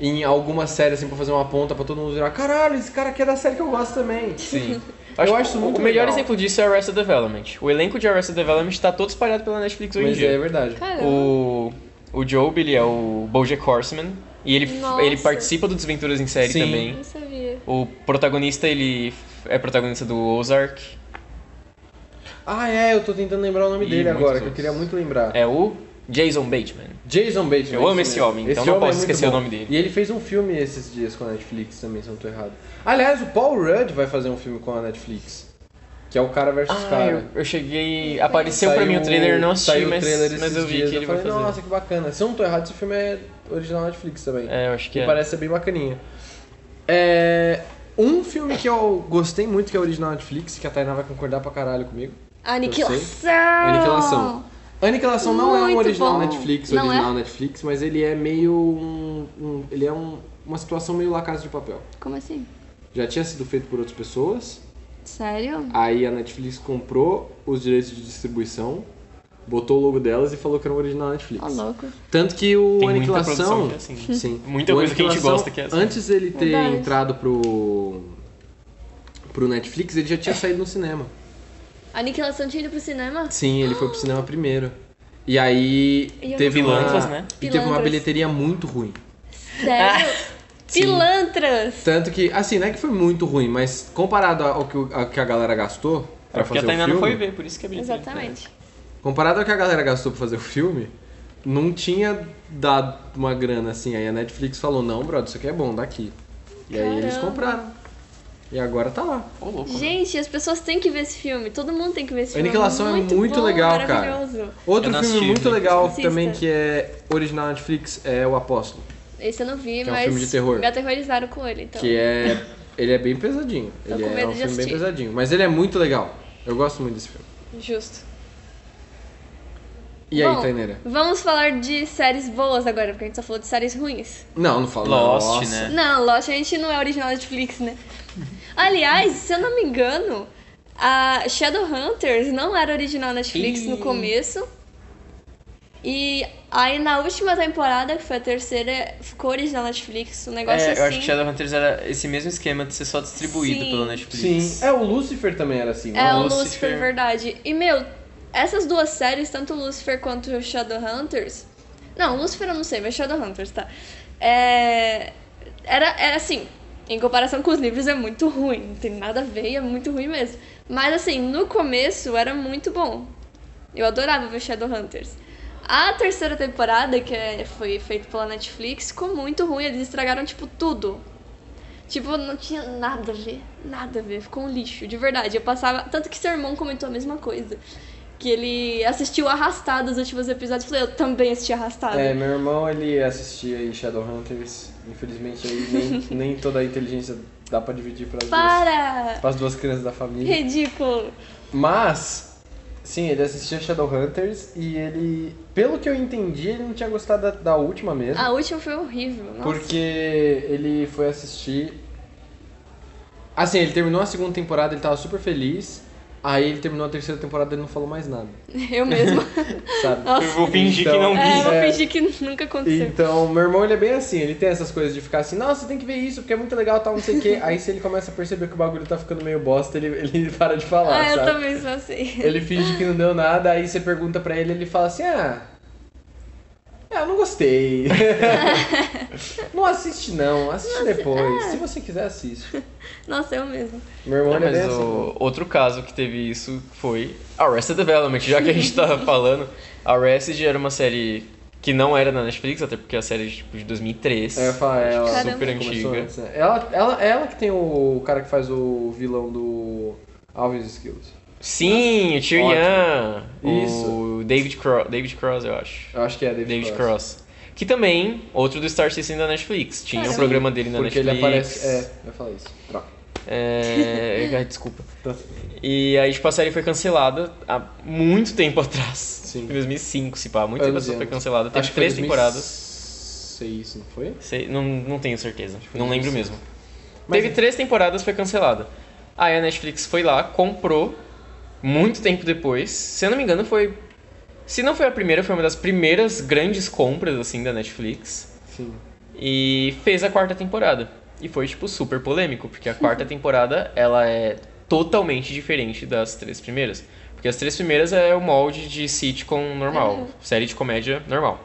[SPEAKER 2] em alguma série assim pra fazer uma ponta pra todo mundo virar, caralho, esse cara aqui é da série que eu gosto também.
[SPEAKER 3] Sim.
[SPEAKER 2] Eu acho isso muito
[SPEAKER 3] O melhor
[SPEAKER 2] legal.
[SPEAKER 3] exemplo disso é Arrested Development. O elenco de Arrested Development tá todo espalhado pela Netflix hoje em
[SPEAKER 2] Mas é
[SPEAKER 3] dia.
[SPEAKER 2] verdade.
[SPEAKER 1] Caramba.
[SPEAKER 3] O, o Job, ele é o Bojack Horseman. E ele,
[SPEAKER 1] Nossa.
[SPEAKER 3] ele participa do Desventuras em Série
[SPEAKER 2] Sim.
[SPEAKER 3] também.
[SPEAKER 1] Não sabia.
[SPEAKER 3] O protagonista, ele é protagonista do Ozark.
[SPEAKER 2] Ah, é, eu tô tentando lembrar o nome
[SPEAKER 3] E
[SPEAKER 2] dele
[SPEAKER 3] muitos
[SPEAKER 2] agora, que eu
[SPEAKER 3] outros.
[SPEAKER 2] queria muito lembrar.
[SPEAKER 3] É o Jason Bateman.
[SPEAKER 2] Jason Bateman.
[SPEAKER 3] Eu amo
[SPEAKER 2] isso
[SPEAKER 3] esse
[SPEAKER 2] mesmo.
[SPEAKER 3] homem, então não
[SPEAKER 2] homem é
[SPEAKER 3] posso
[SPEAKER 2] muito
[SPEAKER 3] esquecer o
[SPEAKER 2] bom.
[SPEAKER 3] nome dele.
[SPEAKER 2] E ele fez um filme esses dias com a Netflix também, se eu não tô errado. Aliás, o Paul Rudd vai fazer um filme com a Netflix. Que é o cara versus
[SPEAKER 3] Ah,
[SPEAKER 2] cara.
[SPEAKER 3] eu, eu cheguei. Apareceu pra
[SPEAKER 2] Saiu-
[SPEAKER 3] mim o trailer, não assisti,
[SPEAKER 2] saiu o
[SPEAKER 3] mas,
[SPEAKER 2] trailer esses
[SPEAKER 3] mas eu vi
[SPEAKER 2] dias,
[SPEAKER 3] que ele
[SPEAKER 2] falei,
[SPEAKER 3] vai fazer.
[SPEAKER 2] Nossa, que bacana. Se eu não tô errado, esse filme é original Netflix também.
[SPEAKER 3] É, eu acho que
[SPEAKER 2] que
[SPEAKER 3] é.
[SPEAKER 2] parece ser bem bacaninha. É, Um filme que eu gostei muito, que é original Netflix, que a Tainá vai concordar pra caralho comigo.
[SPEAKER 1] Aniquilação!
[SPEAKER 2] Aniquilação. Aniquilação não é um
[SPEAKER 1] Muito
[SPEAKER 2] original
[SPEAKER 1] bom.
[SPEAKER 2] Netflix,
[SPEAKER 1] Não
[SPEAKER 2] original
[SPEAKER 1] é?
[SPEAKER 2] Netflix, mas ele é meio um, um- ele é um- uma situação meio La Casa de Papel.
[SPEAKER 1] Como assim?
[SPEAKER 2] Já tinha sido feito por outras pessoas,
[SPEAKER 1] Sério?
[SPEAKER 2] aí a Netflix comprou os direitos de distribuição, botou o logo delas e falou que era um original Netflix.
[SPEAKER 1] Ó, louco.
[SPEAKER 2] Tanto que o
[SPEAKER 3] Tem muita
[SPEAKER 2] Aniquilação.
[SPEAKER 3] produção que é assim.
[SPEAKER 2] Sim.
[SPEAKER 3] Muita
[SPEAKER 2] O
[SPEAKER 3] coisa que a gente
[SPEAKER 2] Aniquilação,
[SPEAKER 3] gosta que é assim.
[SPEAKER 2] Antes ele ter
[SPEAKER 1] Verdade.
[SPEAKER 2] entrado pro. pro Netflix, ele já tinha saído no cinema.
[SPEAKER 1] Aniquilação tinha ido pro cinema?
[SPEAKER 2] Sim, ele foi pro cinema primeiro. E aí.
[SPEAKER 1] E eu
[SPEAKER 2] teve
[SPEAKER 3] não-
[SPEAKER 2] uma,
[SPEAKER 3] Pilantras, né?
[SPEAKER 2] E teve uma
[SPEAKER 1] Pilantras.
[SPEAKER 2] bilheteria muito ruim.
[SPEAKER 1] Sério? Pilantras!
[SPEAKER 2] Tanto que, assim, não é que foi muito ruim, mas comparado ao que, o- ao que a galera gastou pra
[SPEAKER 3] É
[SPEAKER 2] fazer
[SPEAKER 3] porque a
[SPEAKER 2] o
[SPEAKER 3] Tainá
[SPEAKER 2] filme.
[SPEAKER 3] não foi ver, por isso que é bilheteria.
[SPEAKER 1] Exatamente.
[SPEAKER 2] Comparado ao que a galera gastou pra fazer o filme, não tinha dado uma grana assim. Aí a Netflix falou: não, brother, isso aqui é bom, daqui. E aí eles
[SPEAKER 1] Caramba.
[SPEAKER 2] compraram. E agora tá lá.
[SPEAKER 3] Ô, louco. né?
[SPEAKER 1] Gente, as pessoas têm que ver esse filme. Todo mundo tem que ver esse filme.
[SPEAKER 2] Aniquilação é muito
[SPEAKER 1] bom,
[SPEAKER 2] legal, cara.
[SPEAKER 1] maravilhoso.
[SPEAKER 2] Outro
[SPEAKER 3] Eu não
[SPEAKER 2] filme
[SPEAKER 3] assisti,
[SPEAKER 2] muito
[SPEAKER 3] né?
[SPEAKER 2] legal
[SPEAKER 1] Assista.
[SPEAKER 2] também que é original Netflix é O Apóstolo,
[SPEAKER 1] Esse eu não vi,
[SPEAKER 2] Que é um
[SPEAKER 1] mas
[SPEAKER 2] filme de terror.
[SPEAKER 1] me aterrorizaram com ele, então.
[SPEAKER 2] que é ele é bem pesadinho.
[SPEAKER 1] Tô
[SPEAKER 2] Ele
[SPEAKER 1] com
[SPEAKER 2] é
[SPEAKER 1] medo
[SPEAKER 2] um
[SPEAKER 1] de
[SPEAKER 2] filme bem
[SPEAKER 1] assistir.
[SPEAKER 2] pesadinho, mas ele é muito legal. Eu gosto muito desse filme.
[SPEAKER 1] Justo.
[SPEAKER 2] E
[SPEAKER 1] Bom,
[SPEAKER 2] aí, Taineira?
[SPEAKER 1] Vamos falar de séries boas agora, porque a gente só falou de séries ruins.
[SPEAKER 2] Não, não falo.
[SPEAKER 3] Lost,
[SPEAKER 2] Nossa.
[SPEAKER 3] né? É.
[SPEAKER 1] Não, Lost a gente não é original Netflix, né? Aliás, se eu não me engano, a Shadowhunters não era original Netflix no
[SPEAKER 3] Ih.
[SPEAKER 1] começo. E aí na última temporada, que foi a terceira, ficou original Netflix, um negócio
[SPEAKER 3] É,
[SPEAKER 1] assim.
[SPEAKER 3] eu acho que Shadowhunters era esse mesmo esquema de ser só distribuído
[SPEAKER 1] Sim.
[SPEAKER 3] pela Netflix.
[SPEAKER 2] Sim. É o Lucifer também era assim.
[SPEAKER 1] É, o
[SPEAKER 3] Lucifer.
[SPEAKER 1] Lucifer, verdade. E, meu, essas duas séries, tanto Lucifer quanto o Shadowhunters... Não, Lucifer eu não sei, mas Shadowhunters, tá. É... Era, era assim, em comparação com os livros é muito ruim, não tem nada a ver, é muito ruim mesmo. Mas, assim, no começo era muito bom. Eu adorava ver Shadowhunters. A terceira temporada, que é- foi feita pela Netflix, ficou muito ruim, eles estragaram, tipo, tudo. Tipo, não tinha nada a ver, nada a ver, ficou um lixo, de verdade. Eu passava. Tanto que seu irmão comentou a mesma coisa. Que ele assistiu arrastado os últimos episódios. Eu falei, eu também assisti arrastado.
[SPEAKER 2] É, meu irmão ele assistia aí Shadowhunters. Infelizmente aí nem, nem toda a inteligência dá pra dividir pras duas,
[SPEAKER 1] Para!
[SPEAKER 2] pras duas crianças da família.
[SPEAKER 1] Ridículo!
[SPEAKER 2] Mas, sim, ele assistia Shadowhunters e ele, pelo que eu entendi, ele não tinha gostado da, da última mesmo.
[SPEAKER 1] A última foi horrível. Nossa.
[SPEAKER 2] porque ele foi assistir. Assim, ele terminou a segunda temporada, ele tava super feliz. Aí ele terminou a terceira temporada e ele não falou mais nada,
[SPEAKER 1] Eu mesma.
[SPEAKER 2] sabe?
[SPEAKER 1] Nossa.
[SPEAKER 3] Eu vou fingir que
[SPEAKER 2] Então,
[SPEAKER 3] não
[SPEAKER 1] É, eu
[SPEAKER 3] vi.
[SPEAKER 1] vou
[SPEAKER 2] É.
[SPEAKER 1] fingir que nunca aconteceu.
[SPEAKER 2] Então, meu irmão, ele é bem assim, ele tem essas coisas de ficar assim, nossa, tem que ver isso, porque é muito legal, tal, não sei o quê. Aí se ele começa a perceber que o bagulho tá ficando meio bosta, ele, ele para de falar,
[SPEAKER 1] ah, eu
[SPEAKER 2] sabe?
[SPEAKER 1] também sou assim.
[SPEAKER 2] Ele finge que não deu nada, aí você pergunta pra ele, ele fala assim: Ah. é, Eu não gostei. não assiste, não. Assiste depois. Se você quiser, assiste.
[SPEAKER 1] Nossa, eu mesma.
[SPEAKER 2] Meu irmão
[SPEAKER 3] Não,
[SPEAKER 2] ele é bem
[SPEAKER 3] mas
[SPEAKER 2] assim.
[SPEAKER 3] o outro caso que teve isso foi Arrested Development, já que a gente tá falando. Arrested era uma série que não era na Netflix, até porque a série é tipo, de 2003.
[SPEAKER 2] É, Eu ia falar, ela
[SPEAKER 1] Caramba.
[SPEAKER 3] super
[SPEAKER 2] começou
[SPEAKER 3] antiga.
[SPEAKER 2] antes, né? Ela, ela, ela que tem o cara que faz o vilão do Alves Skills.
[SPEAKER 3] Sim, o Tyrion.
[SPEAKER 2] Isso.
[SPEAKER 3] O David Cross, David Cross, eu acho.
[SPEAKER 2] Eu acho que é David,
[SPEAKER 3] David
[SPEAKER 2] Cross.
[SPEAKER 3] Cross. Que também, outro do Star System da Netflix. Tinha um
[SPEAKER 1] Caramba.
[SPEAKER 3] programa dele na
[SPEAKER 2] Porque ele
[SPEAKER 3] Netflix.
[SPEAKER 2] aparece. É, eu ia falar isso. Troca.
[SPEAKER 3] É, ai, desculpa.
[SPEAKER 2] Tá.
[SPEAKER 3] E aí, tipo, a série foi cancelada há muito tempo atrás.
[SPEAKER 2] Sim.
[SPEAKER 3] Em 2005, se pá. Muito tempo
[SPEAKER 2] Anos e
[SPEAKER 3] atrás foi
[SPEAKER 2] anos.
[SPEAKER 3] cancelada. Teve
[SPEAKER 2] Acho que
[SPEAKER 3] tá, três
[SPEAKER 2] foi
[SPEAKER 3] temporadas.
[SPEAKER 2] 2006, não foi?
[SPEAKER 3] Sei- não, não tenho certeza. Não lembro mesmo.
[SPEAKER 2] Mas- é.
[SPEAKER 3] Teve três temporadas, foi cancelada. Aí a Netflix foi lá, comprou, muito tempo depois. Se eu não me engano, foi. Se não foi a primeira, foi uma das primeiras grandes compras, assim, da Netflix.
[SPEAKER 2] Sim.
[SPEAKER 3] E fez a quarta temporada. E foi, tipo, super polêmico, porque a quarta temporada, ela é totalmente diferente das três primeiras. Porque as três primeiras é o molde de sitcom normal,
[SPEAKER 1] Uhum.
[SPEAKER 3] série de comédia normal.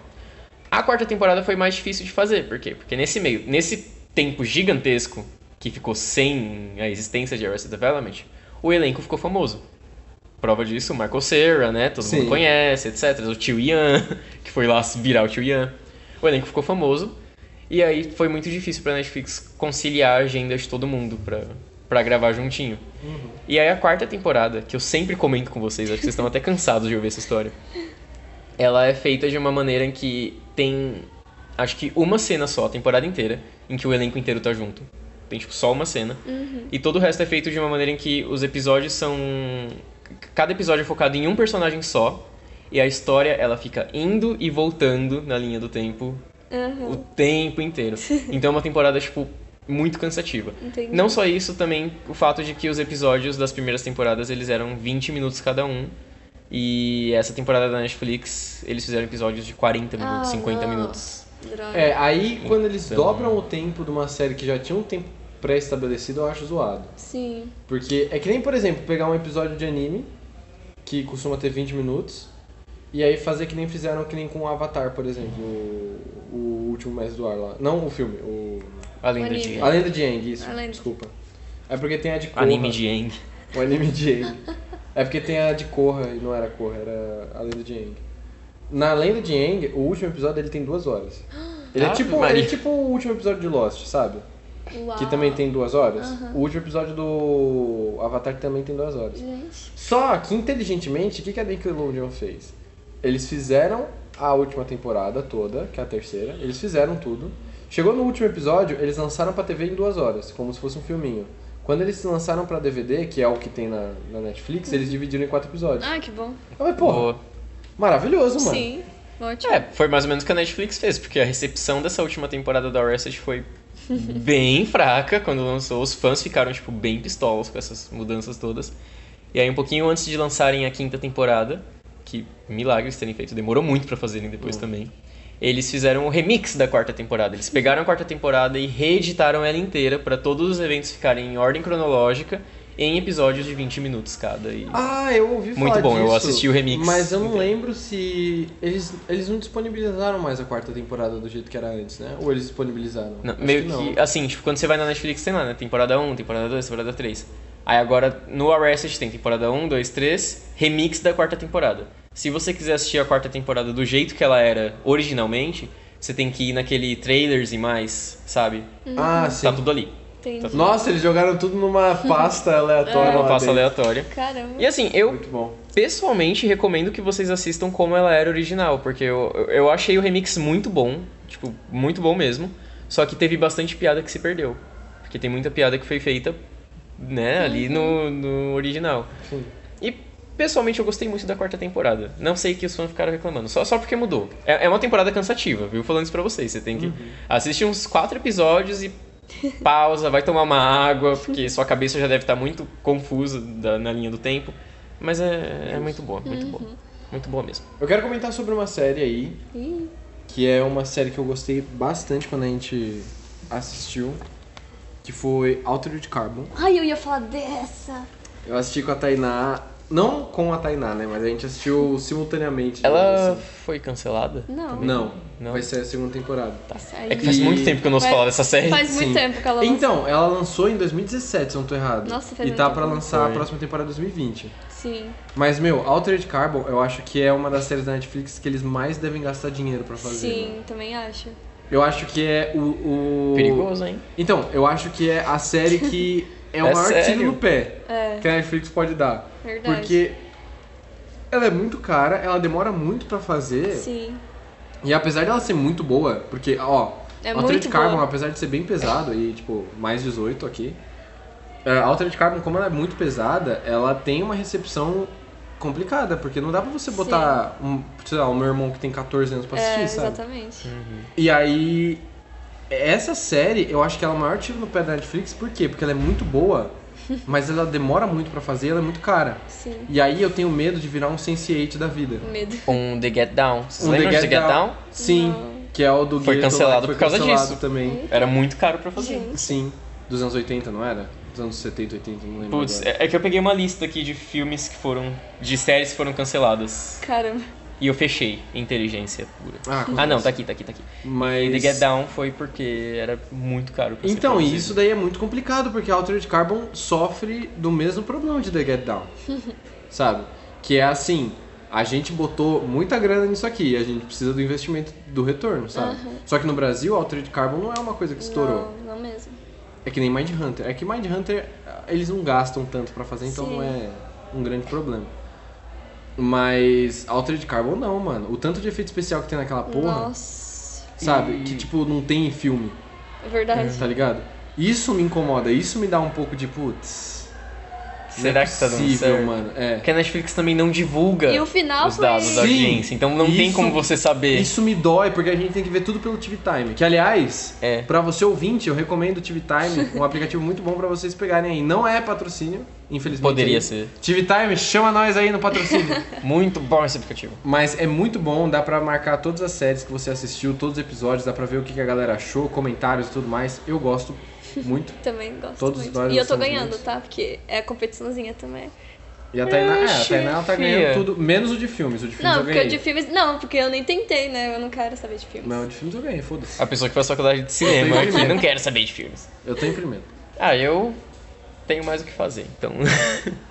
[SPEAKER 3] A quarta temporada foi mais difícil de fazer, por quê? Porque nesse meio, nesse tempo gigantesco que ficou sem a existência de Arrested Development, o elenco ficou famoso. Prova disso, o Michael Cera, né? Todo
[SPEAKER 2] Sim.
[SPEAKER 3] mundo conhece, etc. O tio Ian, que foi lá virar o tio Ian. O elenco ficou famoso. E aí foi muito difícil pra Netflix conciliar a agenda de todo mundo pra, pra gravar juntinho. E aí a quarta temporada, que eu sempre comento com vocês, acho que vocês estão até cansados de ouvir essa história. Ela é feita de uma maneira em que tem acho que uma cena só, a temporada inteira, em que o elenco inteiro tá junto. Tem tipo só uma cena. E todo o resto é feito de uma maneira em que os episódios são. Cada episódio é focado em um personagem só. E a história, ela fica indo e voltando na linha do tempo o
[SPEAKER 1] Aham,
[SPEAKER 3] tempo inteiro. Então é uma temporada, tipo, muito cansativa.
[SPEAKER 1] entendi.
[SPEAKER 3] Não só isso, também o fato de que os episódios das primeiras temporadas eles eram 20 minutos cada um. E essa temporada da Netflix, eles fizeram episódios de 40 minutos,
[SPEAKER 1] Ah,
[SPEAKER 3] 50
[SPEAKER 1] não.
[SPEAKER 3] minutos.
[SPEAKER 1] Droga.
[SPEAKER 2] É, aí quando eles
[SPEAKER 3] Então-
[SPEAKER 2] dobram o tempo de uma série que já tinha um tempo pré-estabelecido, eu acho zoado.
[SPEAKER 1] Sim.
[SPEAKER 2] Porque é que nem, por exemplo, pegar um episódio de anime, que costuma ter 20 minutos, e aí fazer que nem fizeram que nem com o Avatar, por exemplo, o, o último mestre do ar lá. Não o filme, o.
[SPEAKER 3] Além do
[SPEAKER 1] Anime.
[SPEAKER 3] de
[SPEAKER 2] A Lenda de Aang, isso.
[SPEAKER 1] A Lenda.
[SPEAKER 2] Desculpa. É porque tem a de Korra.
[SPEAKER 3] anime de Aang.
[SPEAKER 2] O anime de Aang. É porque tem a de Korra e não era Korra, era a Lenda de Aang. Na Lenda de Aang, o último episódio ele tem duas horas. Ele é,
[SPEAKER 3] Ave
[SPEAKER 2] tipo,
[SPEAKER 3] Maria.
[SPEAKER 2] ele é tipo o último episódio de Lost, sabe?
[SPEAKER 1] Uau.
[SPEAKER 2] Que também tem duas horas.
[SPEAKER 1] Aham.
[SPEAKER 2] O último episódio do Avatar também tem duas horas.
[SPEAKER 1] Gente.
[SPEAKER 2] Só que, inteligentemente, o que que a Nickelodeon fez? Eles fizeram a última temporada toda, que é a terceira, eles fizeram tudo. Chegou no último episódio, eles lançaram pra TV em duas horas, como se fosse um filminho. Quando eles lançaram pra DVD, que é o que tem na, na Netflix, eles dividiram em quatro episódios.
[SPEAKER 1] Ah, que bom.
[SPEAKER 2] Ah, mas, porra,
[SPEAKER 3] Boa.
[SPEAKER 2] maravilhoso, mano.
[SPEAKER 1] Sim. Ótimo.
[SPEAKER 3] É, foi mais ou menos o que a Netflix fez, porque a recepção dessa última temporada da Arrested foi bem fraca quando lançou. Os fãs ficaram, tipo, bem pistolas com essas mudanças todas. E aí, um pouquinho antes de lançarem a quinta temporada, que milagre eles terem feito, demorou muito pra fazerem depois também, eles fizeram o remix da quarta temporada. Eles pegaram a quarta temporada e reeditaram ela inteira pra todos os eventos ficarem em ordem cronológica, em episódios de 20 minutos cada. E...
[SPEAKER 2] Ah, eu ouvi
[SPEAKER 3] Muito
[SPEAKER 2] falar
[SPEAKER 3] bom, eu
[SPEAKER 2] disso,
[SPEAKER 3] assisti o remix.
[SPEAKER 2] Mas eu não
[SPEAKER 3] Incrível.
[SPEAKER 2] lembro se... Eles, eles não disponibilizaram mais a quarta temporada do jeito que era antes, né? Ou eles disponibilizaram?
[SPEAKER 3] Não,
[SPEAKER 2] Acho
[SPEAKER 3] meio
[SPEAKER 2] que
[SPEAKER 3] que,
[SPEAKER 2] não.
[SPEAKER 3] assim, tipo, quando você vai na Netflix tem lá, né? Temporada 1, temporada 2, temporada 3. Aí agora no Arrested tem temporada 1, 2, 3, remix da quarta temporada. Se você quiser assistir a quarta temporada do jeito que ela era originalmente, você tem que ir naquele trailers e mais, sabe?
[SPEAKER 2] Ah, sim.
[SPEAKER 3] Tá tudo ali.
[SPEAKER 1] Entendi.
[SPEAKER 2] Nossa, eles jogaram tudo numa pasta aleatória.
[SPEAKER 1] É.
[SPEAKER 3] Uma
[SPEAKER 2] lá
[SPEAKER 3] pasta
[SPEAKER 2] dentro.
[SPEAKER 3] aleatória.
[SPEAKER 1] Caramba.
[SPEAKER 2] é
[SPEAKER 3] E assim, eu
[SPEAKER 2] Muito bom.
[SPEAKER 3] pessoalmente recomendo que vocês assistam como ela era original, porque eu, eu achei o remix muito bom, tipo, muito bom mesmo. Só que teve bastante piada que se perdeu. Porque tem muita piada que foi feita, né, ali no, no original.
[SPEAKER 2] Sim.
[SPEAKER 3] E pessoalmente eu gostei muito da quarta temporada. Não sei que os fãs ficaram reclamando, só, só porque mudou. É, é uma temporada cansativa, viu? Falando isso pra vocês. Você tem que assistir uns quatro episódios e pausa, vai tomar uma água, porque sua cabeça já deve estar muito confusa da- na linha do tempo. Mas é, é muito boa, muito
[SPEAKER 1] Uhum.
[SPEAKER 3] boa. Muito boa mesmo.
[SPEAKER 2] Eu quero comentar sobre uma série aí,
[SPEAKER 1] Ih,
[SPEAKER 2] que é uma série que eu gostei bastante quando a gente assistiu, que foi Altered Carbon.
[SPEAKER 1] Ai, eu ia falar dessa.
[SPEAKER 2] Eu assisti com a Tainá, não com a Tainá, né? Mas a gente assistiu simultaneamente.
[SPEAKER 3] Ela
[SPEAKER 2] digamos assim.
[SPEAKER 3] foi cancelada?
[SPEAKER 1] Não.
[SPEAKER 2] Não,
[SPEAKER 3] Não.
[SPEAKER 2] vai ser a segunda temporada.
[SPEAKER 1] Aí-
[SPEAKER 3] É que faz
[SPEAKER 2] E-
[SPEAKER 3] muito tempo que eu não ouço
[SPEAKER 1] Faz-
[SPEAKER 3] falar dessa série.
[SPEAKER 1] Faz
[SPEAKER 2] É Sim.
[SPEAKER 1] muito tempo que ela lançou.
[SPEAKER 2] Então, ela lançou em 2017, se eu não tô errado.
[SPEAKER 1] Nossa, faz
[SPEAKER 2] E
[SPEAKER 1] muito
[SPEAKER 2] tá
[SPEAKER 1] tempo.
[SPEAKER 2] pra lançar a
[SPEAKER 3] Foi.
[SPEAKER 2] próxima temporada em 2020.
[SPEAKER 1] Sim.
[SPEAKER 2] Mas, meu, Altered Carbon, eu acho que é uma das séries da Netflix que eles mais devem gastar dinheiro pra fazer.
[SPEAKER 1] Sim,
[SPEAKER 2] né?
[SPEAKER 1] também acho.
[SPEAKER 2] Eu acho que é o, o-
[SPEAKER 3] Perigoso, hein?
[SPEAKER 2] Então, eu acho que é a série que é o
[SPEAKER 3] É
[SPEAKER 2] maior tiro
[SPEAKER 3] sério?
[SPEAKER 2] no pé
[SPEAKER 1] É,
[SPEAKER 2] que a Netflix pode dar.
[SPEAKER 1] verdade.
[SPEAKER 2] Porque ela é muito cara, ela demora muito pra fazer.
[SPEAKER 1] Sim.
[SPEAKER 2] E apesar dela ser muito boa, porque, ó,
[SPEAKER 1] É
[SPEAKER 2] Altered
[SPEAKER 1] muito
[SPEAKER 2] Carbon,
[SPEAKER 1] boa.
[SPEAKER 2] apesar de ser bem pesado, e tipo, mais 18 aqui, é, Altered Carbon, como ela é muito pesada, ela tem uma recepção complicada, porque não dá pra você botar, um, sei lá, o meu irmão que tem 14 anos pra assistir,
[SPEAKER 1] É,
[SPEAKER 2] sabe? Hum.
[SPEAKER 1] exatamente.
[SPEAKER 2] E aí, essa série, eu acho que ela é o maior tiro no pé da Netflix, por quê? Porque ela é muito boa, mas ela demora muito pra fazer, ela é muito cara.
[SPEAKER 1] Sim.
[SPEAKER 2] E aí eu tenho medo de virar um Sense8 da vida.
[SPEAKER 1] Medo.
[SPEAKER 3] Um The Get Down. Vocês
[SPEAKER 2] Um The
[SPEAKER 3] lembram de The Get Down?
[SPEAKER 2] Sim,
[SPEAKER 1] Não.
[SPEAKER 2] que é o do Gueto lá,
[SPEAKER 3] Foi
[SPEAKER 2] que
[SPEAKER 3] cancelado
[SPEAKER 2] foi
[SPEAKER 3] por causa
[SPEAKER 2] cancelado
[SPEAKER 3] disso.
[SPEAKER 2] também.
[SPEAKER 3] Era muito caro pra fazer.
[SPEAKER 1] Gente.
[SPEAKER 2] Sim, dos anos 80, não era? Dos anos 70, 80, não lembro
[SPEAKER 3] Putz,
[SPEAKER 2] agora.
[SPEAKER 3] é, é que eu peguei uma lista aqui de filmes que foram. de séries que foram canceladas.
[SPEAKER 1] Caramba.
[SPEAKER 3] E eu fechei inteligência pura.
[SPEAKER 2] Ah, com
[SPEAKER 3] Ah, não,
[SPEAKER 2] certeza.
[SPEAKER 3] tá aqui, tá aqui, tá aqui.
[SPEAKER 2] Mas...
[SPEAKER 3] E The Get Down foi porque era muito caro pra ser
[SPEAKER 2] Então, e
[SPEAKER 3] produzido.
[SPEAKER 2] isso daí é muito complicado, porque Altered Carbon sofre do mesmo problema de The Get Down. sabe? Que é assim, a gente botou muita grana nisso aqui, a gente precisa do investimento do retorno, sabe?
[SPEAKER 1] Aham.
[SPEAKER 2] Só que no Brasil, o Altered Carbon não é uma coisa que estourou.
[SPEAKER 1] Não, não mesmo.
[SPEAKER 2] É que nem Mindhunter. É que Mindhunter eles não gastam tanto pra fazer, então
[SPEAKER 1] Sim.
[SPEAKER 2] não é um grande problema. Mas Altered Carbon não, mano. O tanto de efeito especial que tem naquela Tá porra,
[SPEAKER 1] Nossa,
[SPEAKER 2] sabe?
[SPEAKER 3] E-
[SPEAKER 2] Que tipo, não tem em filme,
[SPEAKER 1] é verdade.
[SPEAKER 2] tá ligado? Isso me incomoda, isso me dá um pouco de putz. não
[SPEAKER 3] Será
[SPEAKER 2] é
[SPEAKER 3] que tá dando
[SPEAKER 2] possível,
[SPEAKER 3] certo?
[SPEAKER 2] mano. É.
[SPEAKER 3] Porque a Netflix também não
[SPEAKER 2] Hum.
[SPEAKER 3] divulga
[SPEAKER 1] E o final
[SPEAKER 3] os
[SPEAKER 1] foi.
[SPEAKER 3] dados da
[SPEAKER 2] Sim.
[SPEAKER 3] audiência, então não tem
[SPEAKER 2] Isso-
[SPEAKER 3] como você saber.
[SPEAKER 2] Isso me dói, porque a gente tem que ver tudo pelo TV Time. Que, aliás,
[SPEAKER 3] É.
[SPEAKER 2] pra você ouvinte, eu recomendo o TV Time, um aplicativo muito bom pra vocês pegarem aí. Não é patrocínio, infelizmente.
[SPEAKER 3] Poderia
[SPEAKER 2] ainda.
[SPEAKER 3] ser.
[SPEAKER 2] TV Time, chama nós aí no patrocínio.
[SPEAKER 3] Muito bom esse aplicativo.
[SPEAKER 2] Mas é muito bom, dá pra marcar todas as séries que você assistiu, todos os episódios, dá pra ver o que que a galera achou, comentários e tudo mais. Eu gosto muito.
[SPEAKER 1] Também gosto
[SPEAKER 2] Todos
[SPEAKER 1] muito.
[SPEAKER 2] nós
[SPEAKER 1] E eu tô
[SPEAKER 2] gostamos
[SPEAKER 1] ganhando,
[SPEAKER 2] muito.
[SPEAKER 1] tá? Porque é competiçãozinha também.
[SPEAKER 2] E a Tainá, é, a
[SPEAKER 3] Oxi,
[SPEAKER 2] Tainá ela tá
[SPEAKER 3] fia.
[SPEAKER 2] ganhando tudo, menos o de filmes. O de filmes
[SPEAKER 1] Não,
[SPEAKER 2] eu
[SPEAKER 1] porque
[SPEAKER 2] ganhei.
[SPEAKER 1] o de filmes. Não, porque eu nem tentei, né? Eu não quero saber de filmes.
[SPEAKER 2] Não, o de filmes eu ganhei, foda-se.
[SPEAKER 3] A pessoa que faz faculdade de cinema
[SPEAKER 2] Eu tô
[SPEAKER 3] aqui
[SPEAKER 2] entendendo.
[SPEAKER 3] não quer saber de filmes.
[SPEAKER 2] Eu tô em primeiro.
[SPEAKER 3] Ah, eu tenho mais o que fazer, então.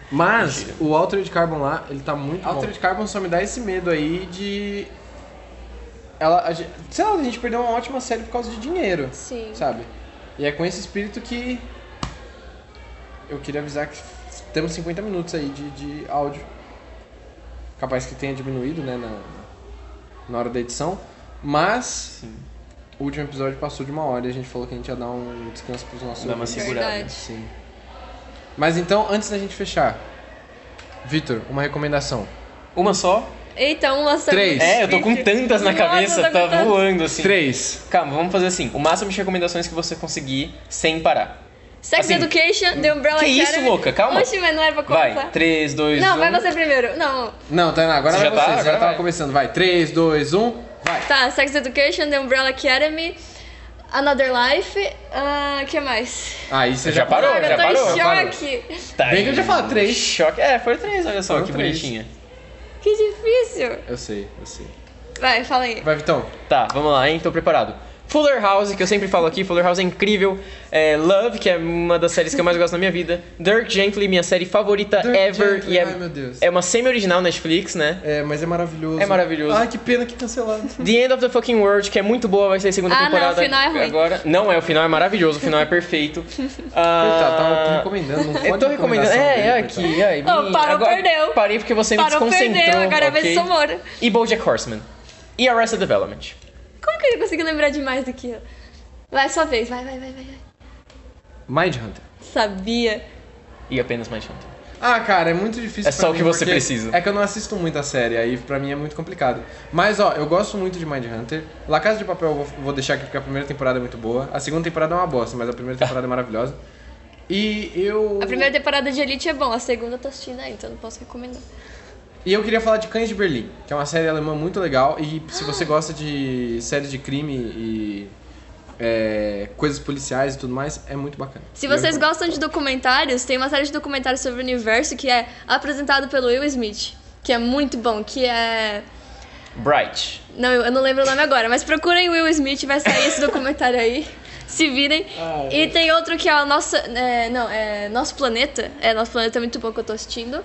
[SPEAKER 2] Mas o Altered Carbon lá, ele tá muito bom.
[SPEAKER 5] Altered Carbon só me dá esse medo aí de. Ela, a gente, sei lá, a gente perdeu uma ótima série por causa de dinheiro,
[SPEAKER 1] Sim.
[SPEAKER 5] sabe? E é com esse espírito que. Eu queria avisar que temos 50 minutos aí de, de áudio. Capaz que tenha diminuído, né, na, na hora da edição. Mas. O último episódio passou de uma hora e a gente falou que a gente ia dar um descanso pros nossos
[SPEAKER 3] Dá uma
[SPEAKER 5] ouvintes.
[SPEAKER 3] segurada.
[SPEAKER 1] Verdade.
[SPEAKER 5] Sim. Mas então, antes da gente fechar, Vitor, uma recomendação.
[SPEAKER 3] Uma só?
[SPEAKER 1] Eita, uma série.
[SPEAKER 2] Três.
[SPEAKER 1] muito
[SPEAKER 3] É, eu tô com
[SPEAKER 1] difícil.
[SPEAKER 3] tantas na
[SPEAKER 1] Nossa,
[SPEAKER 3] cabeça,
[SPEAKER 1] com
[SPEAKER 3] tá
[SPEAKER 1] tantas.
[SPEAKER 3] voando assim.
[SPEAKER 2] Três.
[SPEAKER 3] Calma, vamos fazer assim: o máximo de recomendações que você conseguir sem parar.
[SPEAKER 1] Sex
[SPEAKER 3] Assim,
[SPEAKER 1] Education, The Umbrella
[SPEAKER 3] que isso,
[SPEAKER 1] Academy.
[SPEAKER 3] louca? Calma.
[SPEAKER 1] Oxe, mas não é pra começar.
[SPEAKER 3] Vai, um. 3, 2, 1.
[SPEAKER 1] não, vai você primeiro. Não.
[SPEAKER 2] Não, Tainá, agora vai
[SPEAKER 3] Você já tá?
[SPEAKER 2] você, você
[SPEAKER 3] Agora
[SPEAKER 2] já tava
[SPEAKER 3] vai.
[SPEAKER 2] começando. Vai, 3, 2, 1, vai.
[SPEAKER 1] Tá, Sex Education, The Umbrella Academy, Another Life. O que mais?
[SPEAKER 2] Aí você
[SPEAKER 3] Já parou,
[SPEAKER 1] Cara,
[SPEAKER 3] já
[SPEAKER 1] eu tô
[SPEAKER 3] parou,
[SPEAKER 1] em
[SPEAKER 3] já parou.
[SPEAKER 1] choque.
[SPEAKER 3] Tá
[SPEAKER 2] Bem que eu já falei três.
[SPEAKER 3] Choque. É, foi três, olha só,
[SPEAKER 2] Foram
[SPEAKER 3] que
[SPEAKER 2] três.
[SPEAKER 3] bonitinha.
[SPEAKER 1] Que difícil.
[SPEAKER 2] Eu sei, eu sei.
[SPEAKER 1] Vai, fala aí.
[SPEAKER 2] Vai, Vitão.
[SPEAKER 3] Tá, vamos lá, hein? Tô preparado. Fuller House, que eu sempre falo aqui, Fuller House é incrível. É, Love, que é uma das séries que eu mais gosto na minha vida. Dirk Gently, minha série favorita
[SPEAKER 2] Dirk
[SPEAKER 3] ever.
[SPEAKER 2] Gently,
[SPEAKER 3] e é,
[SPEAKER 2] ai, meu Deus.
[SPEAKER 3] é uma semi-original Netflix, né?
[SPEAKER 2] É, mas é maravilhoso.
[SPEAKER 3] É maravilhoso.
[SPEAKER 2] Ai, que pena que cancelaram.
[SPEAKER 3] The End of the Fucking World, que é muito boa, vai ser a segunda
[SPEAKER 1] Ah, não,
[SPEAKER 3] temporada.
[SPEAKER 1] o final é ruim.
[SPEAKER 3] Agora. Não é, o final é maravilhoso, o final é perfeito. Ah,
[SPEAKER 2] Coitado, tá, tava recomendando. Não
[SPEAKER 3] Eu tô
[SPEAKER 2] tá, pode
[SPEAKER 3] recomendando.
[SPEAKER 2] recomendação
[SPEAKER 3] É,
[SPEAKER 2] dele,
[SPEAKER 3] é
[SPEAKER 2] coitado.
[SPEAKER 3] aqui. Ai,
[SPEAKER 1] Não,
[SPEAKER 3] ih,
[SPEAKER 1] parou,
[SPEAKER 3] agora
[SPEAKER 1] perdeu.
[SPEAKER 3] Parei porque você me
[SPEAKER 1] Parou,
[SPEAKER 3] desconcentrou.
[SPEAKER 1] perdeu, agora é a
[SPEAKER 3] ok?
[SPEAKER 1] vez do Samora.
[SPEAKER 3] E Bojack Horseman. E Arrested Development.
[SPEAKER 1] Como que ele conseguiu lembrar demais daquilo? Vai, sua vez. Vai, vai, vai, vai. vai.
[SPEAKER 2] Mindhunter.
[SPEAKER 1] Sabia.
[SPEAKER 3] E apenas mais um. Hunter.
[SPEAKER 2] Ah, cara, é muito difícil. pra
[SPEAKER 3] É só o
[SPEAKER 2] mim,
[SPEAKER 3] que você
[SPEAKER 2] porque
[SPEAKER 3] precisa.
[SPEAKER 2] É que eu não assisto muito a série, aí pra mim é muito complicado. Mas, ó, eu gosto muito de Mindhunter. La Casa de Papel eu vou, vou deixar aqui porque a primeira temporada é muito boa. A segunda temporada é uma bosta, mas a primeira temporada é maravilhosa. E eu.
[SPEAKER 1] A primeira temporada de Elite é bom, a segunda eu tô assistindo aí, então não posso recomendar.
[SPEAKER 2] E eu queria falar de Cães de Berlim, que é uma série alemã muito legal. E se
[SPEAKER 1] Ah.
[SPEAKER 2] você gosta de séries de crime e é, coisas policiais e tudo mais, é muito bacana.
[SPEAKER 1] Se
[SPEAKER 2] Eu
[SPEAKER 1] vocês
[SPEAKER 2] recomendo.
[SPEAKER 1] gostam de documentários, tem uma série de documentários sobre o universo que é apresentado pelo Will Smith, que é muito bom, que é.
[SPEAKER 3] Bright.
[SPEAKER 1] Não, eu não lembro o nome agora, mas procurem Will Smith, vai sair esse documentário aí. Se virem.
[SPEAKER 2] Ah,
[SPEAKER 1] e tem outro que é o nosso. é, não, é Nosso Planeta. É, Nosso Planeta é muito bom que eu tô assistindo.